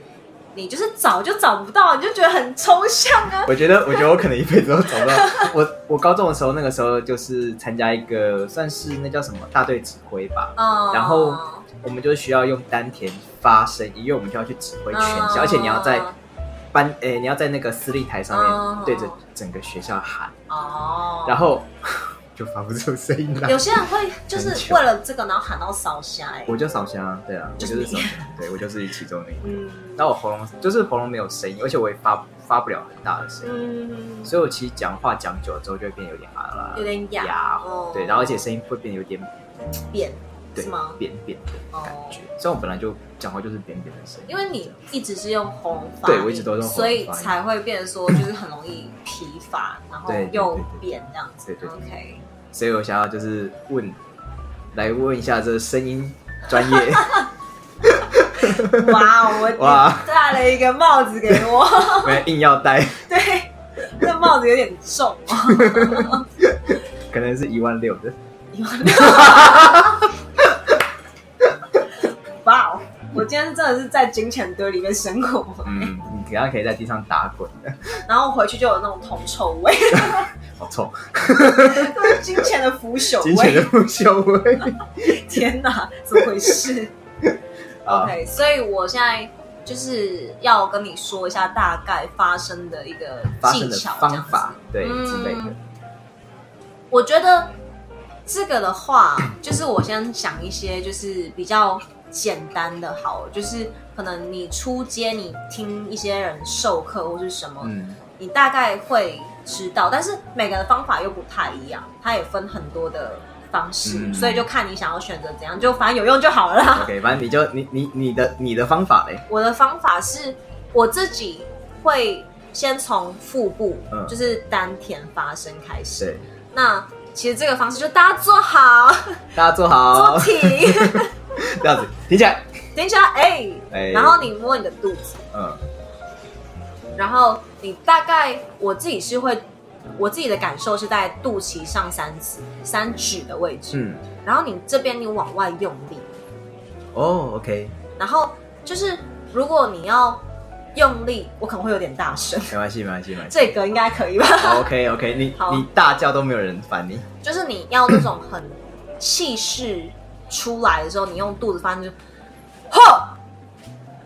你就是找就找不到，你就觉得很抽象啊。
我觉得，我觉得我可能一辈子都找不到。我我高中的时候，那个时候就是参加一个算是那叫什么大队指挥吧，
嗯，
然后我们就需要用丹田发声音，因为我们就要去指挥全校，
嗯
而且你要在班诶、你要在那个司令台上
嗯
面对着整个学校喊，
哦，
然后就发不出声音
有
来。
些人会就是
很糗
为了这个，然后喊到烧瞎哎、
我就扫瞎，对啊，我
就
就是是
你
扫瞎，对我就是其中的一个。
嗯
那我喉咙就是喉咙没有声音，而且我也发发不了很大的声音，
嗯，
所以我其实讲话讲久了之后就会变得有点啊啦，
有点哑，
哑
哦
对，然后而且声音会变得有点
扁
对
是吗？
扁扁的
哦
感觉。虽然我本来就讲话就是扁扁的声音，
因为你一直是用喉咙发音，
对我一直都用喉咙
所
发音
以才会变成说就是很容易疲乏，然后
对对对
又
对对
扁这样子。
对对对
OK，
所以我想要就是问，来问一下这声音专 业，
哇，我
哇
戴了一个帽子给我，
没硬要戴，
对，这帽子有点重哦，
可能是一万六 的。
哇哦，我今天真的是在金钱堆里面生活，
嗯，你等一下可以在地上打滚的，
然后回去就有那种铜臭味，
好臭，
就是金钱的腐朽
金钱
味
的。不朽味。
天哪，怎么回事？
啊
OK，所以我现在就是要跟你说一下大概发生的一个
发
技
生的
巧这
方
样子
法，对之类的
嗯。我觉得这个的话， 就是我先想一些就是比较简单的，好了，就是可能你出街，你听一些人授课或是什么，
嗯，
你大概会知道，但是每个人方法又不太一样，它也分很多的方式，
嗯
所以就看你想要选择怎样，就反正有用就好了啦。
OK，反正你就你你你的你的方法嘞，
我的方法是我自己会先从腹部，
嗯
就是丹田发声开始。
对，
那其实这个方式就大家坐好，
大家坐好
坐，挺，
这样子停起来，
等一下，哎、
哎
然后你摸你的肚子，
嗯
然后你大概我自己是会，我自己的感受是在肚脐上三指三指的位置，
嗯，
然后你这边你往外用力，
哦，OK，
然后就是如果你要用力，我可能会有点大声，
没关系，没关系，没关系。
这个应该可以吧？
OK OK，你
好
你大叫都没有人烦你，
就是你要那种很气势出来的时候，你用肚子发声就，吼，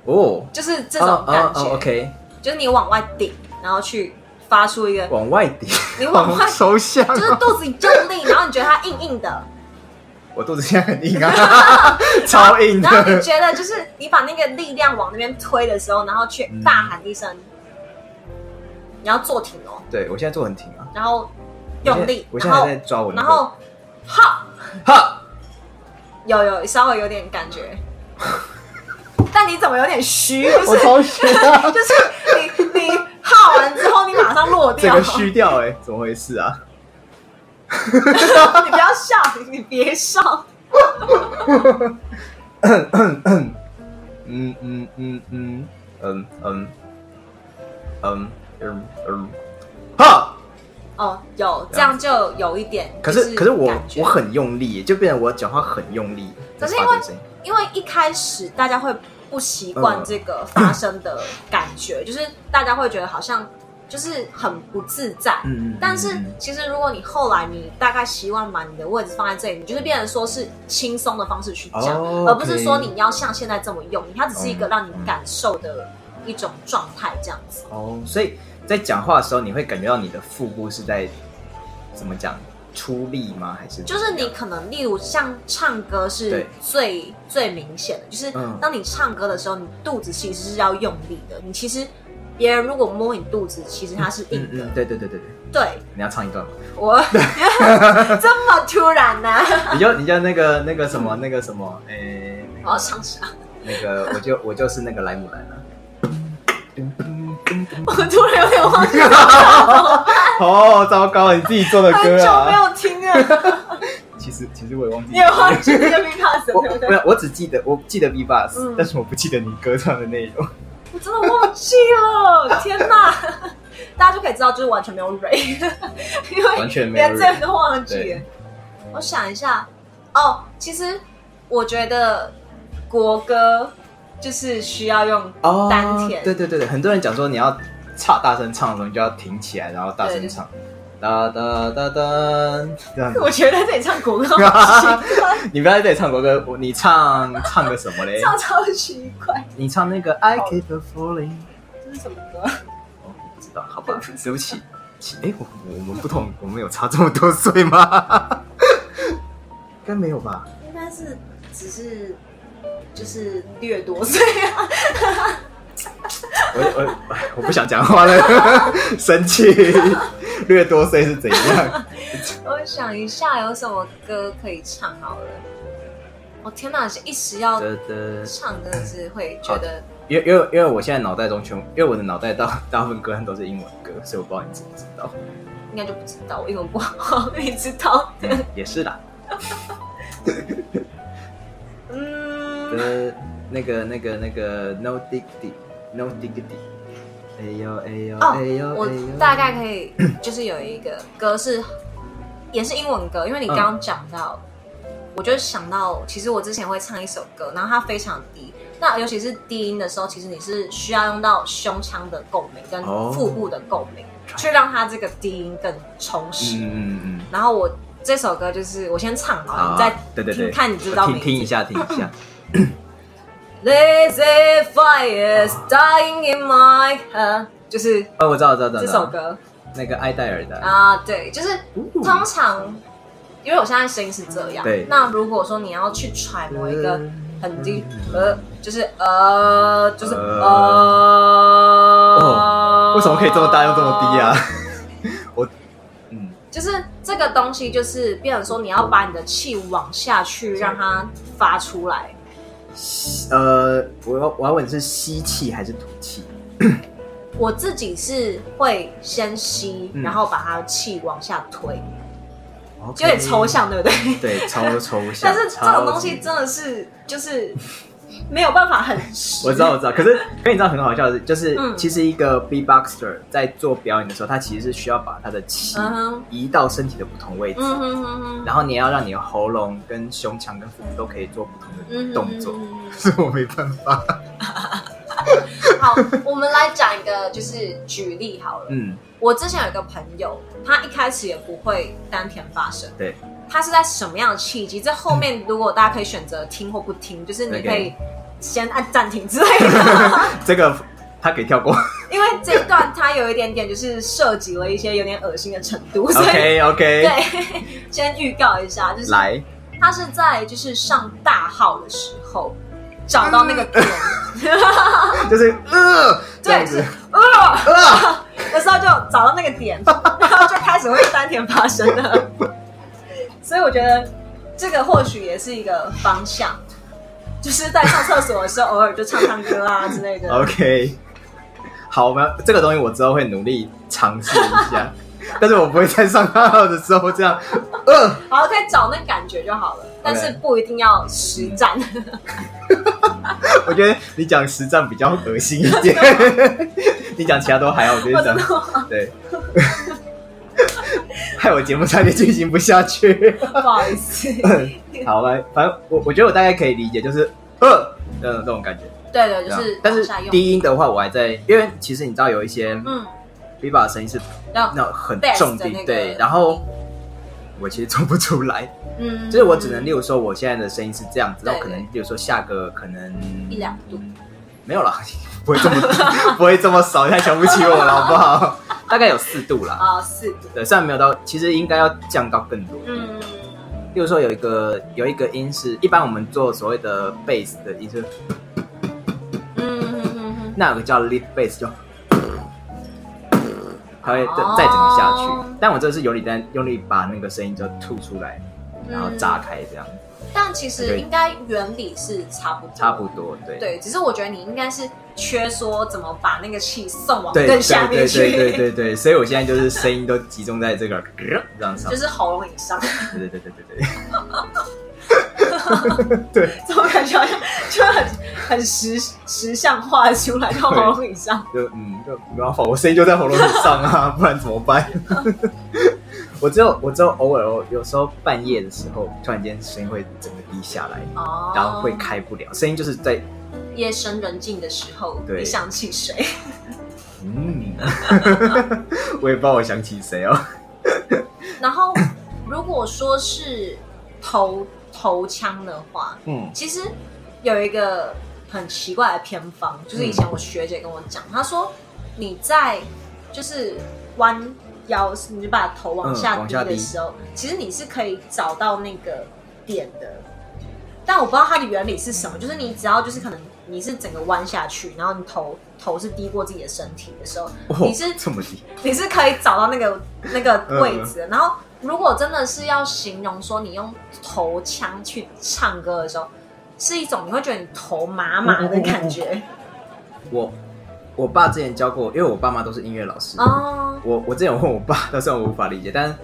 哦，
就是这种感觉。
哦哦哦，OK，
就是你往外顶，然后去发出一个，
往外顶，
你往外
收香哦，
就是肚子用力，然后你觉得它硬硬的，
我肚子现在很硬 啊，超硬
然后你
的，
觉得就是你把那个力量往那边推的时候，然后去大喊一声，你要坐挺哦，
对我现在坐很挺啊，
然后用力，
我现
然
在我现
后
在还在抓我的
然后哈，
哈，
有有稍微有点感觉， 但你怎么有点虚？不
我
是，
超虚啊，
就是你你哈完之后，你马上落
整
掉，
个虚掉哎，怎么回事啊？
你不要笑，你别笑。
嗯嗯嗯嗯嗯嗯嗯嗯嗯，哈。
哦，有这样就有一点，
可是可是我
感觉
我，很用力，就变成我讲话很用力。
可是
在
因
发
为
这个声音
因为一开始大家会不习惯
嗯
这个发声的感觉，就是大家会觉得好像就是很不自在。
嗯嗯
但是
嗯嗯
其实如果你后来你大概习惯把你的位置放在这里，你就是变成说是轻松的方式去讲，
哦
而不是说
OK
你要像现在这么用力，它只是一个
嗯
让你
嗯
感受的一种状态这样子。
哦，所以在讲话的时候，你会感觉到你的腹部是在怎么讲出力吗？还是
就是你可能，例如像唱歌是
对
最最明显的，就是
嗯
当你唱歌的时候，你肚子其实是要用力的。你其实别人如果摸你肚子，其实它是
嗯
硬的。
嗯，对对对对对，
对
你要唱一段吗？
我这么突然啊呢、
你就你就那个那个什 么那个什么，诶、那
我
个
要唱啥？
那个我就我就是那个莱姆兰了、
我突然有点忘记，
哦，糟糕，你自己做的
很
歌
久没
啊！
有听 了。
其实其实我也忘记
你也忘记这个 b i p a s
我
对不
没
对？
有，我只记得我记得 V b u s
嗯
但是我不记得你歌唱的内容。
我真的忘记了，天哪！大家就可以知道，就是完全没有蕊， 因为
完全没有
连
蕊
这个都忘记了
对。
我想一下，哦，其实我觉得国歌就是需要 用
哦，
丹田，
对对对对，很多人讲说你要唱大声唱的时候，你就要挺起来，然后大声唱，哒哒哒哒，这样子。
我觉得这里唱国歌好奇怪，
你不要在这里唱国歌，我你唱唱个什么嘞？
唱超奇怪，
你唱那个 I Keep Falling，
这是什么歌？
哦，不知道，好吧，对不起。起哎，我我们不同，我们有差这么多岁吗？应该没有吧？
应该是只是就是略多岁 啊，
我我哎我不想讲话了，生气。略多岁是怎样？
我想一下有什么歌可以唱好了。我、天哪，一时要
的的
唱真的是会觉得
因为因为因为我现在脑袋中全，因为我的脑袋大大部分歌都是英文歌，所以我不知道你知不知道。
应该就不知道，我英文不好，你知道？
嗯、也是啦，
嗯，
呃，那个那个那个 No Diggity No Diggity，哎呦哎呦哎呦
哦，
哎呦，
我大概 可以，就是有一个歌是也是英文歌，因为你刚刚讲到，我就想到，其实我之前会唱一首歌，然后它非常低，那尤其是低音的时候，其实你是需要用到胸腔的共鸣跟
哦
腹部的共鸣，去让它这个低音更充实。
嗯嗯嗯，
然后我这首歌就是我先唱好了，
好啊
你再
对对
听
对，
看你知不知道
听
名字
听一下听一下，
There's a fire starting in my head，就是
哦，我知道，我知道，我知
这首
道，
歌
那个艾戴尔的，
啊，对，就是通常，因为我现在声音是这样，
哦对
那如果说你要去揣摩一个很低，
嗯
呃，就是呃，就是呃，
哦为什么可以这么大又这么低啊？？我，嗯，
就是这个东西，就是变成说你要把你的气往下去，让它发出来。
呃，我要我要问是吸气还是吐气？
我自己是会先吸，
嗯
然后把它气往下推，有
OK
点抽，象，
嗯
对不对？
对，超抽象。
但是这种东
超
西
级
真的是就是没有办法 很
我知道，我知道。可是，可你知道很好笑的是，就是、
嗯
其实一个 B-boxer 在做表演的时候，他其实是需要把他的气
嗯哼
移到身体的不同位置，
嗯哼哼哼，
然后你要让你的喉咙、跟胸腔、跟腹部都可以做不同
嗯
的
哼
动作。
嗯哼
是我没办法。
好，我们来讲一个就是举例好了。
嗯，
我之前有一个朋友，他一开始也不会丹田发声，
对，
他是在什么样的契机？这后面如果大家可以选择听或不听，就是你可以先按暂停之类的，
这个他可以跳过。
因为这一段它有一点点就是涉及了一些有点恶心的程度， 所以
OK OK，
对， 先预告一下，就是
来，
他是在就是上大号的时候找到那
嗯
个点，
就是呃，这
对，
样
是
子，
呃
呃，
的时候就找到那个点，然后就开始会丹田发生了。 所以我觉得这个或许也是一个方向，就是在上厕所的时候偶尔就唱唱歌啊之类的。
OK，好，我们要这个东西我之后会努力尝试一 下，但是我不会在上大号的时候这样。呃，
好，可以找那感觉就好了，但是不一定要实战。
嗯 我觉得你讲实战比较恶心一点， 你讲其他都还好，我觉
我
得讲
真的
对，害我节目差点进行不下 去。
不好意思。
好吧，反正我我觉得我大概可以理解，就是呃，呃这种感觉。
对的，就
对
是
啊但
往
是
下用。
低音的话，我还在，因为其实你知道有一些
嗯，
b i b a 的声音是
然
那
后
种很
Bass
重
的那
低，
个
对，然后我其实做不出来，
嗯，
就是我只能，例如说我现在的声音是这样子，
对
然后可能例如说下个可能
一两度，
没有啦，不会这么不会这么少，太瞧不起我了好不好？大概有四度啦，
啊四度，
对，虽然没有到，其实应该要降到更多。
嗯，
例如说有一个有一个音是，一般我们做所谓的 bass 的音是，
嗯嗯嗯嗯，
那有个叫 lead bass 就，它会再再整个下去。
哦
但我这是有力单用力把那个声音就吐出来，然后炸开这样，
但其实应该原理是差不多，
差不多对。
对，只是我觉得你应该是缺说怎么把那个气送往
对
更下
对
面去，
对对对对，所以我现在就是声音都集中在这个呃这样上
就，是喉咙以上，
对对对对对对，
怎么感觉好像就很很实实像化出来到喉咙以上？
就嗯就没办法，我声音就在喉咙以上啊， 不然怎么办？我只有我只有偶尔哦有时候半夜的时候，突然间声音会整个低下来，
哦，
然后会开不了，声音就是在
夜深人静的时候，
对
你想起谁？
嗯， 我也不知道我想起谁哦。
然后如果说是头头腔的话，
嗯
其实有一个很奇怪的偏方，就是以前我学姐跟我讲，她说你在就是弯腰，你就把头往
嗯
下
往
低
下低
的时候，其实你是可以找到那个点的。但我不知道它的原理是什么，就是你只要就是可能你是整个弯下去，然后你头头是低过自己的身体的时候，
哦
你是
这么低？
你是可以找到那个那
嗯
个位置的。然后，如果真的是要形容说你用头腔去唱歌的时候，是一种你会觉得你头麻麻的感觉
我我爸之前教过我，因为我爸妈都是音乐老师。
哦。
我我之前有问我爸， 但是我无法理解，但是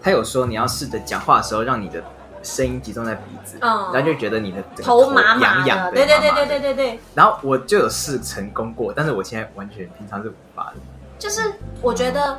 他有说你要试着讲话的时候，让你的声音集中在鼻子，
嗯
然后就觉得你的整个
头麻麻
痒痒
的，
的，
对对
麻
对
麻的
对对对对，
然后我就有试成功过，但是我现在完全平常是无法的。
就是我觉得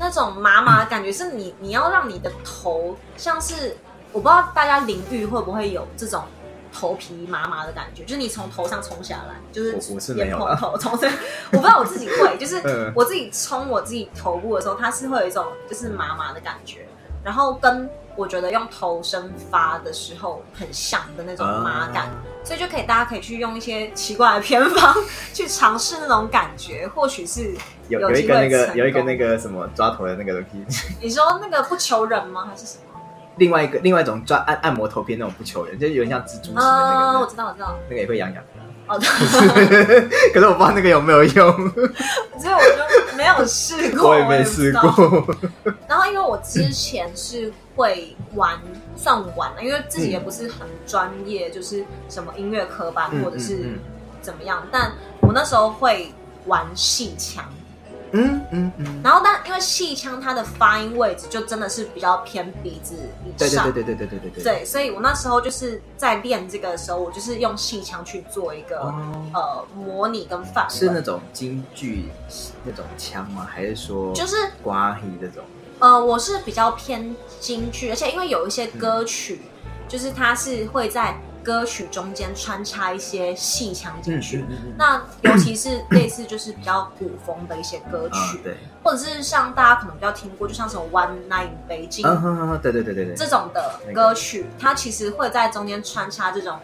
那种麻麻的感觉是你你要让你的头像是我不知道大家淋浴会不会有这种头皮麻麻的感觉，就是你从头上冲下来，就是
我我是没
眼
有啊
头
啦
头从这，我不知道我自己会，就是
嗯嗯
我自己冲我自己头部的时候，它是会有一种就是麻麻的感觉，然后跟我觉得用头生发的时候很像的那种麻感，所以就可以大家可以去用一些奇怪的偏方去尝试那种感觉，或许是
有
有
有一
机
个
会
那个
成
有一个
功
那个什么抓头的那个东西，
你说那个不求人吗？还是什么？
另外一个另外一种抓按按摩头皮那种不求人，就是有点像蜘蛛丝的那
啊，
个，
我知道，我知道。
那个也会痒 痒的。
哦， 对，
可是我不知道那个有没有用，
所以我就没有试过，
我也没
不
试
知道
过。
然后因为我之前是会玩，算玩了，因为自己也不是很专业，就是什么音乐科班
嗯
或者
嗯
是
嗯
怎么样，但我那时候会玩戏腔，
嗯嗯嗯，
然后但因为戏腔它的发音位置就真的是比较偏鼻子以
对对
上，
对对对对对对对。
对所以我那时候就是在练这个的时候，我就是用戏腔去做一个、
哦，
呃模拟跟范
是那
本
种京剧那种腔吗？还是说
就是
瓜黑这种？
呃，我是比较偏京剧，而且因为有一些歌曲，就是它是会在歌曲中间穿插一些戏腔进去。
嗯
那尤其是类似就是比较古风的一些歌
啊
曲，
对，
或者是像大家可能比较听过，就像什么《One Night in 北京》
嗯哼哼哼，对对对对对
这。种的歌曲，它其实会在中间穿插这种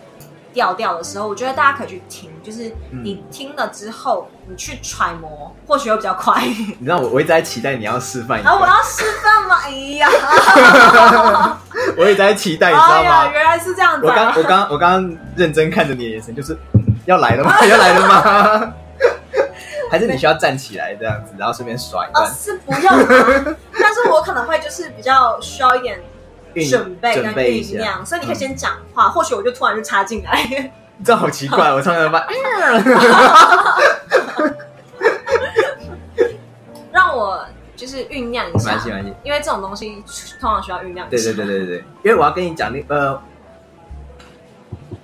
调调的时候，我觉得大家可以去听，就是
嗯
你听了之后，你去揣摩，或许会比 较快。
你知道我我一直在期待你要示范一
啊然后我
个，
要示范吗？哎 呀！
我一直在期待，你知道
哎呀，
吗？
原来是这样子、
我
啊
刚。我刚我刚刚认真看着你的眼神，就是嗯要来了吗？要 来了吗？ 还是你需要站起来这样子，然后顺便甩一
呃，
段，
是不用 啦，但是我可能会就是比较需要一点
运
准备跟
准备一
酝
下。
酿，所以你可以先讲话，或许我就突然就插进来。
嗯这好奇怪，我唱的慢。
让我就是酝酿一
没关
下
系，没，关系。
因为这种东西通常需要酝酿一
对
下。
对对对对对，因为我要跟你讲另呃，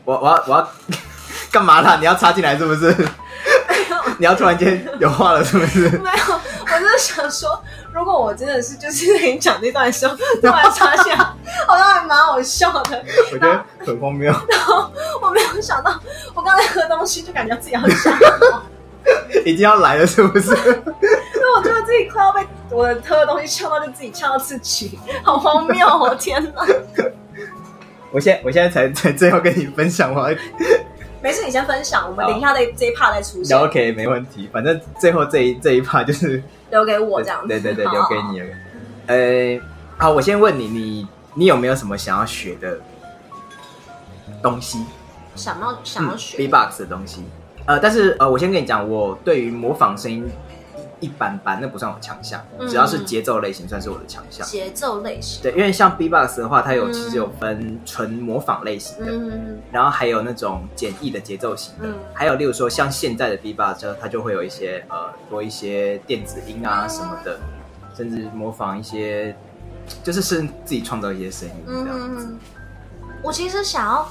我我要我要 干嘛啦？你要插进来是不是？你要突然间有话了是不是？
没有，我就是想说，如果我真的是就是 跟你讲那段的时候，突 然插进来，好像还蛮好笑的。
我觉得很荒谬，
我没有想到，我刚才喝东西就感觉自己要下，
已经要来了是不是？
所以我觉得自己快要被我的喝的东西呛到，就自己呛到自己，好荒谬哦！天哪！
我现在我现在才才正要跟你分享我要
没事，你先分享，我们等一下这这一 part 再出现，
聊 OK 没问题，反正最后这一这一趴就是
留给我这样子。
对对对，
好
留给。你了。呃，好，我先问你，你你有没有什么想要学的东西？
想要
嗯
想要学、
B-box 的东西。呃，但是呃，我先跟你讲，我对于模仿声音一一般般，那不算我强项，
嗯
只要是节奏类型算是我的强项。
节奏类型。
对，因为像 B-box 的话，它有
嗯
其实有分纯模仿类型的，
嗯
然后还有那种简易的节奏型的，
嗯
还有例如说像现在的 B-box，就它就会有一些呃多一些电子音啊
嗯
什么的，甚至模仿一些，就是是自己创造一些声音这样。
嗯，我其实想要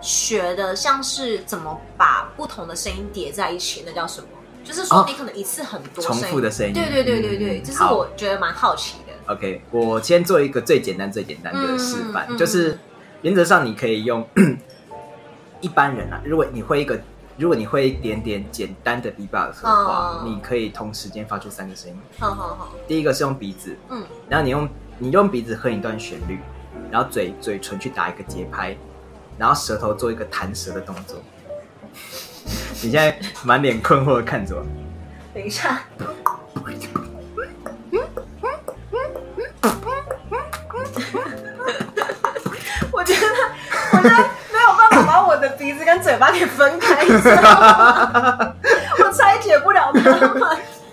学的像是怎么把不同的声音叠在一起，那叫什么？就是说
哦
你可能一次很多
重复的声音
对对对对对，
嗯
这是
好
我觉得蛮好奇的。
OK，我先做一个最简单、最简单的示范，
嗯嗯
就是原则上你可以用 一般人啊，如果你会一个，如果你会一点点简单的 B-box 的话，
哦
你可以同时间发出三个声音。
好好好，
第一个是用鼻子，
嗯
然后你用你用鼻子哼一段旋律，然后嘴嘴唇去打一个节拍，然后舌头做一个弹舌的动作。 你现在满脸困惑的看着我，
等一下， 我觉得，我觉得没有办法把我的鼻子跟嘴巴给分开， 你知道吗我拆解不 了它们。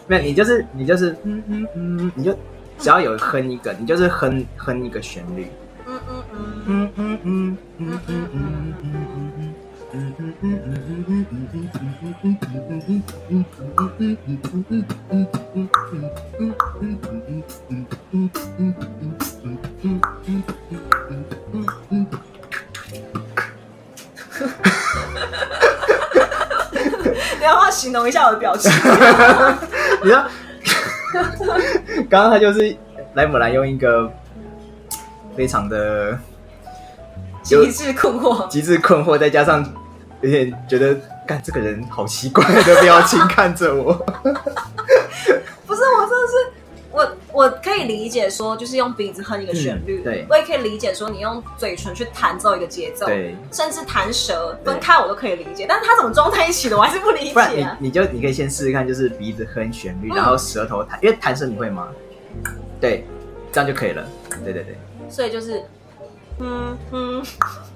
没有，你就是你就是嗯嗯嗯，你就只要有哼一个，你就是哼哼一个旋律，
嗯嗯嗯，
嗯嗯嗯 嗯嗯嗯嗯嗯嗯嗯嗯嗯嗯嗯
你要不要形容一下我的表情？
你知道，刚刚他就是莱姆兰用一个非常的
极致困惑。
极致困惑，再加上有点觉得，干这个人好 奇怪的表情看着我。
不是，我真的是，我我可以理解说，就是用鼻子哼一个旋律，
嗯对
我也可以理解说你用嘴唇去弹奏一个节奏，
对，
甚至弹舌
对
分开我都可以理解，但是它怎么装在一起的，我还是不理
不
解、
然你
啊。
你就你可以先试试看，就是鼻子哼旋律，
嗯
然后舌头弹，因为弹舌你会吗？对，这样就可以了。对对对，
所以就是，嗯嗯，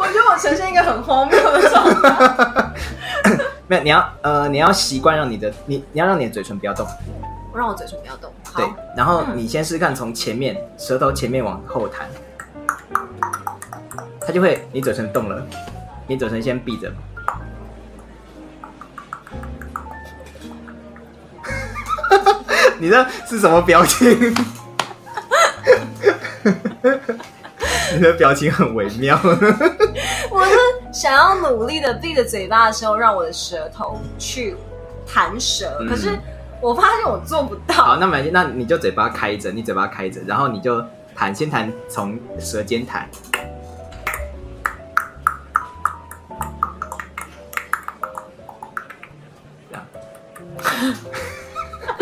我觉得我呈现一个很荒谬的状态。
没有，你要呃，你要习惯让你的你你要让你的嘴唇不要动，
我让我嘴唇不要动。好
对，，然后你先试试看，从前面舌头前面往后弹，它就会你嘴唇动了，你嘴唇先闭着， 你这是什么表情？ 你的表情很微妙，
我是想要努力的闭着嘴巴的时候，让我的舌头去弹舌，
嗯
可是我发现我做不
好，
到。
那么那你就嘴巴开着，你嘴巴开着，然后你就弹，先弹从舌尖弹，这样。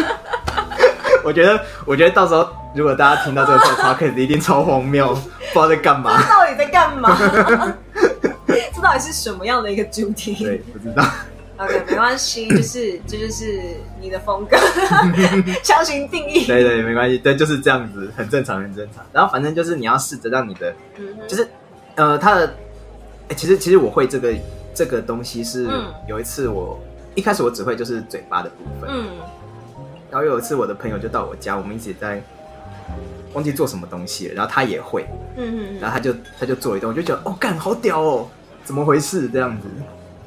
我觉得，我觉得到时候如果大家听到这个 podcast，一定超荒谬，不知道在干嘛
这。到底在干嘛？ 这到底是什么样的一个主
对
题，
不知道。
？OK，没 关系，就是这就是你的风格，强行定义。
对对，没关系，对，就是这样子，很正常，很正常。然后反正就是你要试着让你的
嗯哼
就是呃，他的、欸其实其实我会这个这个东西是、
嗯
有一次我一开始我只会就是嘴巴的部分，
嗯
然后有一次我的朋友就到我家，我们一起在忘记做什么东西了，然后他也会，
嗯
然
嗯，
后他就他就做一段，我就觉得哦，干好屌哦，怎么回事这样子？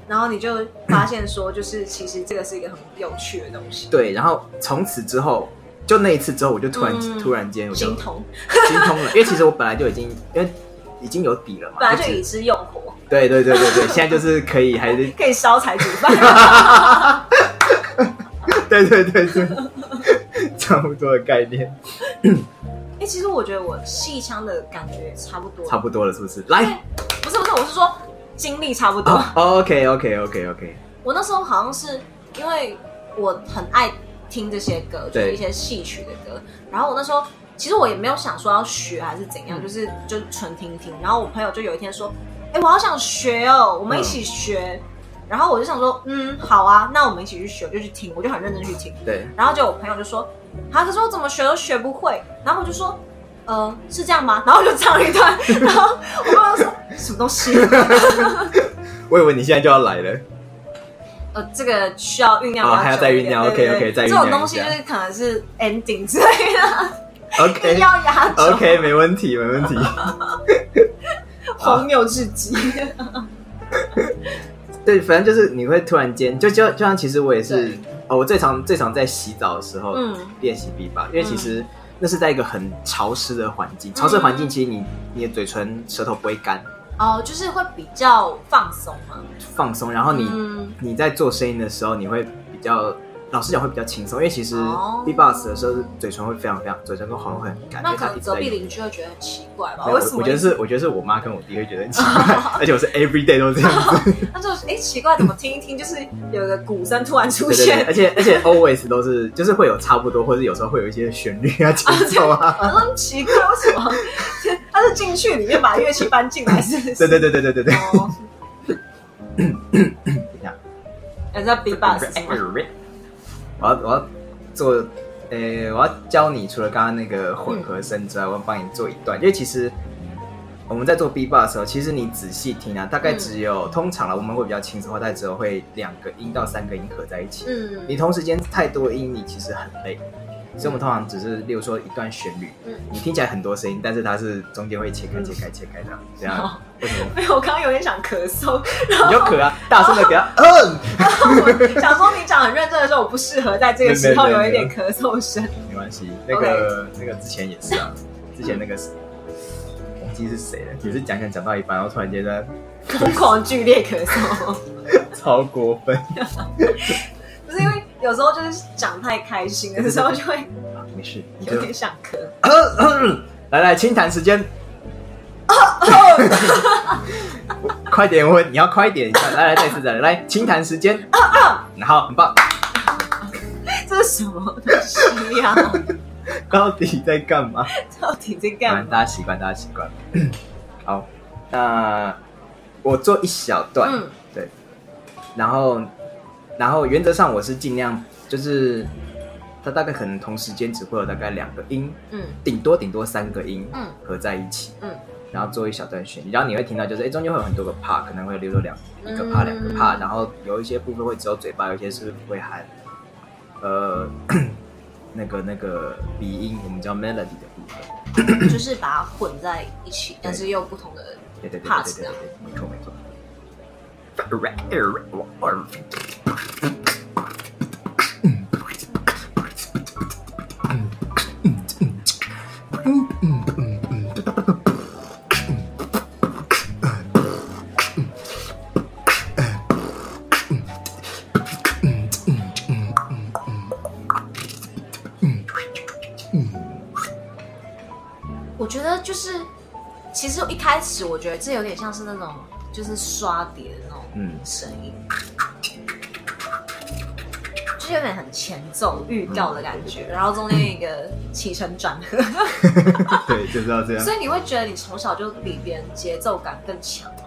然后你就发现说，就是其实这个是一个很有趣的东西，
对，然后从此之后。就那一次之后，我就突然、
嗯
突然间我就
心痛，
精通了，因为其实我本来就已经因为已经有底了嘛，
本来就
只
已知用火，
对对对对对，现在就是可以还是
可以烧柴煮饭。
对对对对，差不多的概念，
哎、其实我觉得我戏腔的感觉差不多，
差不多了，是不是？哦来、
不是不是，我是说经历差不多。
o k OK OK OK，
我那时候好像是因为我很爱听这些歌，就是
对
一些戏曲的歌，然后我那时候。其实我也没有想说要学还是怎样，
嗯
就是就纯听听。然后我朋友就有一天说：“哎、我好想学哦，我们一起学。然后我就想说：“嗯，好啊，那我们一起去学，我就去听。”我就很认真去听。
对，
然后就我朋友就说：“啊，可是我怎么学都学不会。”然后我就说：“呃，是这样吗？”然后就唱了一 段，然后我朋友说：“什么东西？
我以为你现在就要来 了，
呃，这个需要酝酿
哦
比较久一点，
还要再酝酿
对对
OK，OK，
对
再酝
这
酿
种东西
一
就
下
是可能是 ending 之类 的，一定
OK
要压轴
OK，没问题没问题，
荒谬至极。
对，反正就是你会突然间，就就就像其实我也是
对，
哦，我最常最常在洗澡的时候
嗯
练习臂吧，因为其实。那是在一个很潮湿的环境，潮湿的环境
嗯
其实你你的嘴唇、舌头不会干，
哦，就是会比较放松嘛。
放松，然后你、
嗯
你在做声音的时候，你会比较，老实讲会比较轻松，因为其实
哦
B-box 的时候，嘴唇会非常非常，嘴唇跟喉咙会很干，因
那
为
可
它一
能
直在
隔壁
用。
邻居会觉得很奇怪吧？
没有
为什么？
我觉得是，我觉得是我妈跟我弟会觉得很奇 怪，而且我是 every day 都这样子，
他就哎奇怪，怎么听一听就是有个鼓声突然出
对对对，
现
而，且而且 always 都是，就是会有差不多，或者有时候会有一些旋律
哦
啊、节奏啊，
我说嗯奇怪，为什么他是进去里面把乐器搬进来是不是？
对对对对对对对，
哦，
等一下
人家 B box 是吗？
我要我要做，呃、我要教你除了刚刚那个
嗯
混合声之外，我要帮你做一段，因为其实我们在做 B bar 的时候，其实你仔细听啊，大
嗯
概只有、通常了，我们会比较轻松的话，大概只有会两个音到三个音合在一起。
嗯
你同时间太多音，你其实很累。所以我们通常只是，例如说一段旋律，
嗯
你听起来很多声音，但是它是中间会切开、切开、切开这样，这样
好
为什么？
没有，我刚刚有点想咳嗽， 然后
你就可啊，大声的给它，嗯，
我想说你讲很认真的时候，我不适合在这个时候有一点咳嗽声。
没关系，那个那个之前也是啊，之前那个是忘记是谁了，也是讲讲讲到一半，然后突然间在
疯狂剧烈咳嗽，
超过分，
不是因为有时候就是讲太开心的时候就会
没事，你就
有点想咳。
来来清谈时间。快点，我你要快点，来来再一次再来，来清谈时间，然后很棒，
这是什么东西 呀、
到底在干嘛？
到底在
当
干
然
嘛？
大家习惯，大家习惯。 好，那我做一小段，
嗯
对，然后，然后原则上我是尽量就是，它大概可能同时间只会有大概两个音，
嗯
顶多顶多三个音，
嗯
合在一起，
嗯，
然后做一小段旋律，然后你会听到就是，哎，中间会有很多个 part，可能会留了两一个 part
嗯
两个 part，然后有一些部分会只有嘴巴，有一些是会含，呃， 那个那个鼻音，我们叫 melody 的部分。
就是把它混在一起，但是又不同的。
对对对对对
Pass
对
掉
对，没错没错。
我觉得就是，其实一开始我觉得这有点像是那种就是刷碟的那种
嗯，
声音，就是有点很前奏预告的感
嗯
觉，然后中间一个起承转合，
对，就是要这样
所。以你会觉得你从小就比别人节奏感更强吗？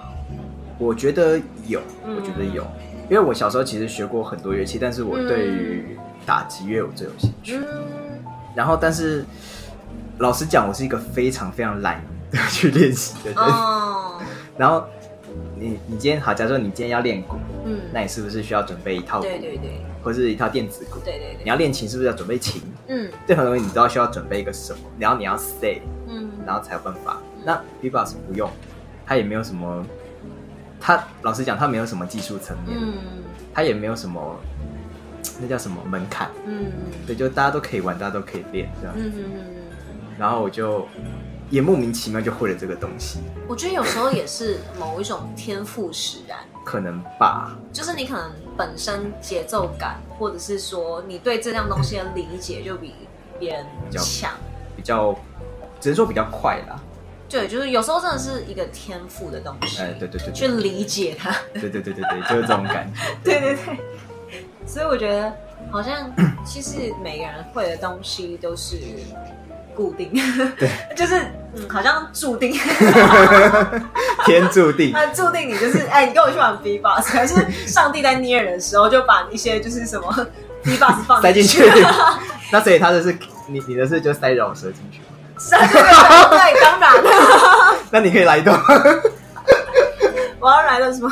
我觉得有，
嗯
我觉得有，因为我小时候其实学过很多乐器，但是我对于打击乐我最有兴趣。
嗯，
然后，但是老实讲，我是一个非常非常懒得去练习的人。
哦，
然后你你今天好，假如说你今天要练鼓，
嗯，
那你是不是需要准备一套鼓，
对对对
或是一套电子鼓？
对对
你
对，
要练琴，是不是要准备琴？
嗯
这很容易，你知道需要准备一个什么，然后你要 say，
嗯，
然后才有办法。那 B-box 不用，它也没有什么，它老实讲，它没有什么技术层面，
嗯
它也没有什么那叫什么门槛，
嗯
对，就大家都可以玩，大家都可以练这样。
嗯嗯，
然后我就也莫名其妙就会了这个东西，
我觉得有时候也是某一种天赋使然。
可能吧，
就是你可能本身节奏感，或者是说你对这样东西的理解就比别人
比较
强。
比较只能说比较快 啦。
对，就是有时候真的是一个天赋的东西，
哎，对对对，
去
对
理 解它。
对对对对对，就是这种感觉。
对对对，所以我觉得好像其实每个人会的东西都是固定，对， 就是嗯，好像注定，
天注定，
那注定你就是哎，你跟我去玩 B box，还是上帝在捏人的时候就把一些就是什么 B box 放
塞进去
去。
那所以他的是你你的是就塞饶舌进去吗，
三个人对，当然了，
那你可以来一段。
我要来的什么？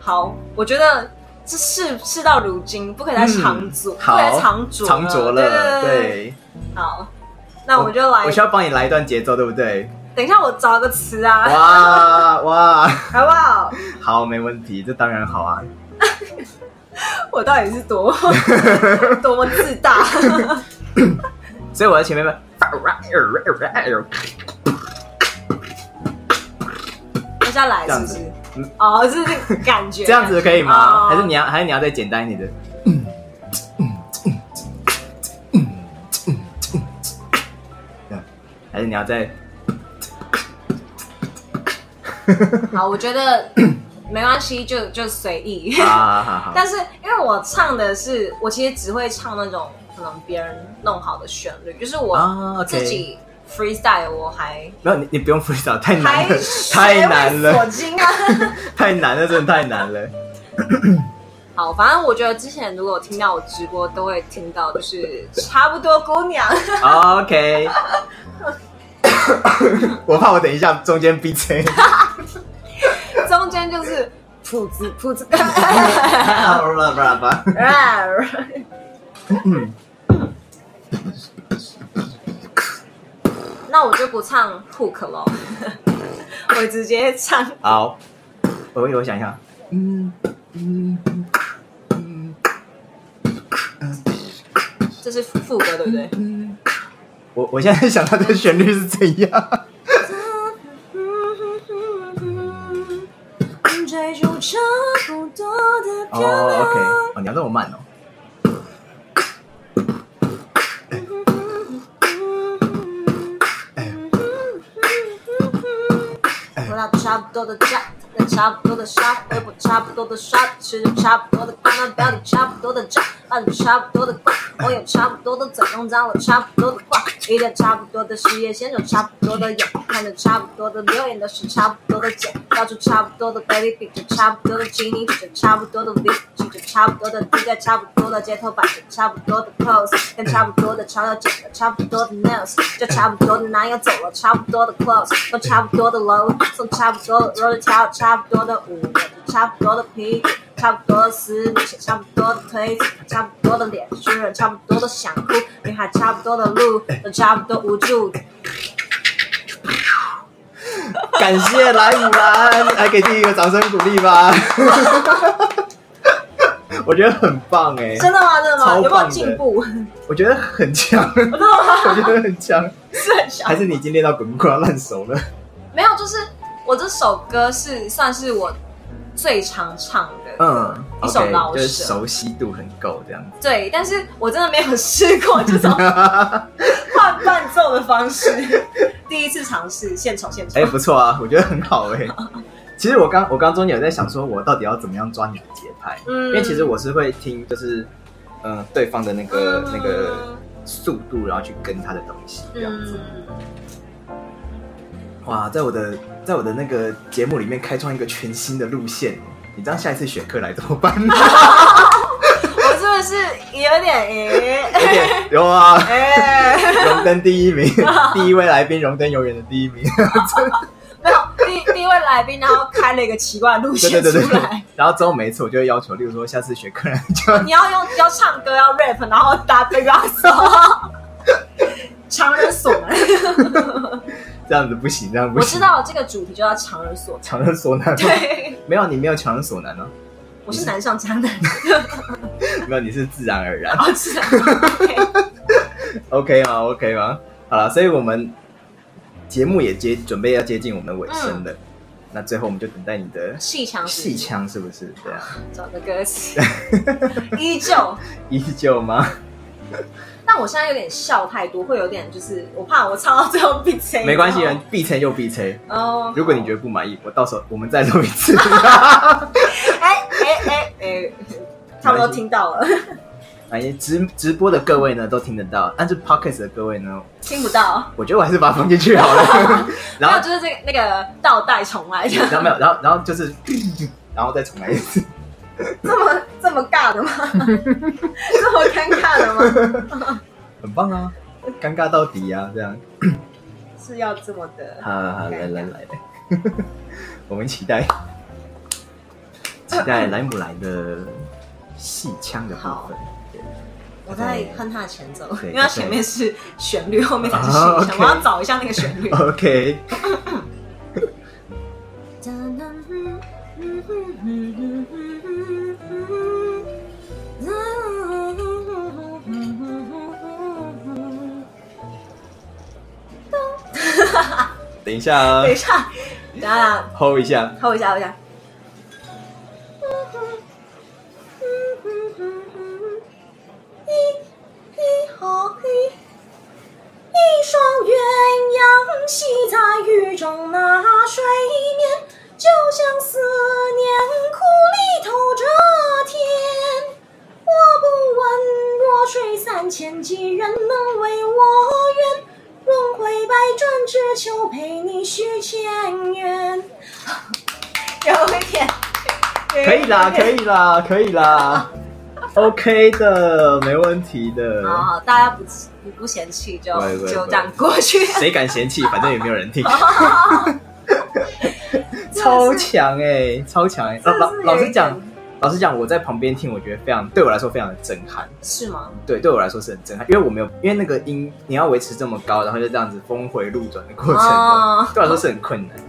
好，我觉得这事事到如今，不可以再长做，
嗯
不可以再
好，
长做，
长着
对
了，
对对对。
对。
好，那我们就来
我需，要帮你来一段节奏，对不 对？
等一下我找个词啊，
哇哇，
好不 好？
好，没问题，这当然好啊。
我到底是 多么多么自大？
所以我在前面问，
我下来是不
这
是
嗯？
哦，是这个感 觉，
这样子可以吗？
哦
还是你要，还是你要再简单一点的？这样还是你要再
好，我觉 得没关系，就就随意。
啊，好好好，
但是因为我唱的是，我其实只会唱那种可能别人弄好的旋律，就是我
啊，OK
自己 freestyle，我还
没有你，你不用 freestyle，太难
还
了，太难
学为所
了，
经啊。
太难了，真的太难了。
好，反正我觉得之前如果听到我直播，都会听到，就是差不多姑娘。
OK，我怕我等一下中间闭嘴。
中间就是噗子噗 子， 那我就不唱 hook 了， 我直接唱
好，我我想一下，
这是副歌，对不对？
我我现在想到这旋律是怎样？
追逐差不多的漂
哦、
亮
o k 哦，你要这么慢哦。
我俩差不多的家，那差不多的沙，微博差不多的沙，吃着差不多的饭，那表里差不多的账，按着差不多的惯，我有差不多的嘴，弄脏了差不多的话，一点差不多的事业，先手差不多的眼，看着差不多的留言都是差不多的剪，到处差不多的 baby，比着差不多的 genie，比着差不多的 v，举着差不多的地在差不多的街头摆着差不多的 pose，跟差不多的潮流剪了差不多的 nails，就差不多的男友走了，差不多的 clothes，都差不多的楼，送差不多的 roller 跳，差不多的舞，有差不多的皮肤。差不多的思念，差不多的推辞，差不多的脸虚了，差不多的想哭，女孩差不多的路，都差不多无助。
感谢莱姆兰，来给自己一个掌声鼓励 吧。我觉得很棒哎、
真的吗？真的吗？
超棒的
有没有进步？
我觉得很 强，
真的吗？
我觉得很 强。
是很小
还。是你已经练到滚瓜烂熟 了？
没有，就是我这首歌是算是我最常唱的，
嗯
一首
，OK，
老
就是
舍
熟悉度很够这样子。
对，但是我真的没有试过这 种换伴奏的方式，第一次尝试现场现
哎、
场。
不错 啊，我觉得很好哎、其实我刚我刚中间有在想，说我到底要怎么样抓你的节拍，
嗯
因为其实我是会听，就是嗯、呃对方的那个、那个
嗯
速度，然后去跟他的东西这样子。
嗯
哇，在我的在我的那个节目里面开创一个全新的路线，你知道下一次选课来怎么办 吗？
我是不是有点诶？
有点有啊，
哎、
荣登第 一名，第一位来宾荣登永远的第一名。
没有第第一位来宾，然后开了一个奇怪的路
对对
线出
对
来。
对。对然后之后每一次我就会要求，例如说下次学客人就要
你要用要唱歌要 rap，然后搭配 rap，强人所难。
这样子不行，这样不
我
行。
知道这个主题就叫强人所难。
强人所难吗，
对，
没有你没有强人所难哦，
我是难上加难。
没有你是自然而然。
哦， 是啊。OK
OK 吗？OK 吗？好了，所以我们节目也接准备要接近我们的尾声
嗯
了，那最后我们就等待你的
戏强是
戏腔是不是？对啊，
找个 歌词，依旧。
依旧吗？
但我现在有点笑太多，会有点就是我怕我唱到最后闭嘴。
没关系，必吹又必吹。
哦，
如果你觉得不满意，我到时候我们再录一次。
得哎哎哎哎，差不多听到了，
哎，直直播的各位呢都听得到，但是 podcast 的各位呢，
听不到。
我觉得我还是把它放进去好了。然
没有，
后，
就是这个那个倒带重来这样
然 后没有，然后然后就是，然后再重来一次。
这么这么尬 的吗？这么尴尬的吗？
很棒啊，尴尬到底啊，这样。
是要这么的？
好好好，来来来， 我们期待期待莱姆莱的戏腔的部分。
我在哼他的前奏，
对
因为他前面是旋律，后面才是形
啊
象。
，OK
我要找一下那个旋律。
OK，等一下啊
等一下，等一下，
，hold 一下。
hold 一下，hold 一下。一河一，一双鸳鸯戏在雨中那水面，就像思念苦里透着甜。我不问弱水三千，几人能为我愿？轮回百转，只求陪你续前缘。有一点，
可以 啦，可
以。
以啦，可以 啦，OK 的，没问题的。
好好，大家不不不嫌弃就
喂喂
就这样过去。
谁敢嫌弃？反正也没有人听。 超强哎、超强哎、
真的
老
是有一点
老老实讲，老实讲，我在旁边听，我觉得非常对我来说非常的震撼。
是吗？
对，对我来说是很震撼，因为我没有，因为那个音你要维持这么高，然后就这样子峰回路转的过程，
哦
对我来说是很困难的。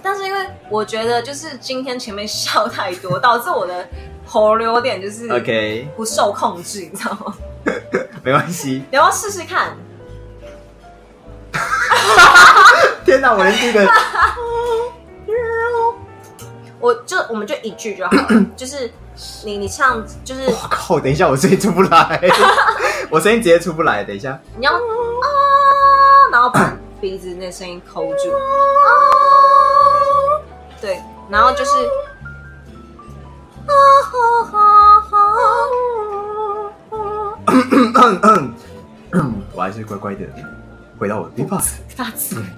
但是因为我觉得，就是今天前面笑太多，导致我的喉咙有点就是
OK，
不受控制，你知道吗？
没关系，
你要不要试试看？
天哪，我连 第一个
我就我们就一句就好 了，就是你你唱就是
我靠！等一下，我声音出不来， 我声音直接出不来。等一下，
你要啊，然后把鼻子那声音抠住啊，对，然后就是啊哈哈哈，
我还是乖乖的回到我的 B box，
发紫
嗯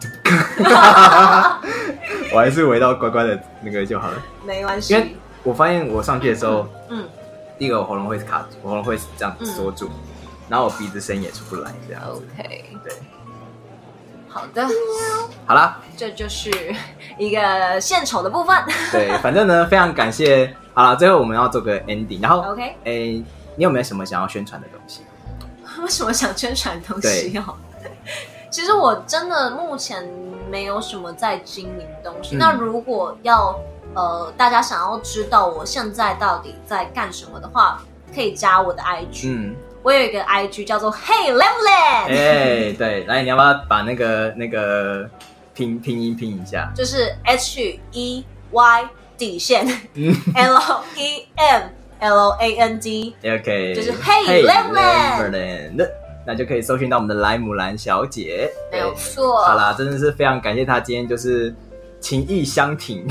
我还是回到乖乖的那个就好了。
没关
因为
系，
我发现我上去的时候，
嗯，
第一个我喉咙会卡住，我喉咙会这样缩住，然后我鼻子声音也出不来，这样子。
OK，
对，
好的，
好啦，
这就是一个献丑的部分。
对，反正呢，非常感谢。好了，最后我们要做个 ending，然后
OK，
诶、你有没有什么想要宣传的东西？
为什么想宣传东西哦？ 其实我真的目前没有什么在经营东西。
嗯
那如果要呃大家想要知道我现在到底在干什么的话，可以加我的 IG，、
嗯，
我有一个 IG 叫做 Hey
哎、
Leveland，
对，来，你要不要把那个那个拼拼音拼一 下？
就是 H E Y 底线
嗯
L E M L A N D。
OK，
就是 Hey Lemon
Lemon，那就可以搜寻到我们的莱姆兰小姐。
没
对，
有错，
哎好啦，真的是非常感谢她今天就是情义相挺，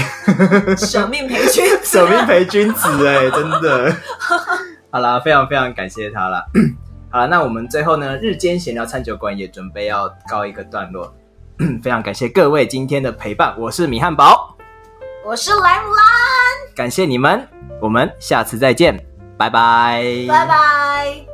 舍命陪君子
舍
啊
命陪君子哎、真的。好啦，非常非常感谢她啦。 好啦，那我们最后呢，日间闲聊餐酒馆也准备要告一个段落。 非常感谢各位今天的陪伴，我是米汉堡，
我是莱姆拉，
感谢你们，我们下次再见，拜拜，
拜拜。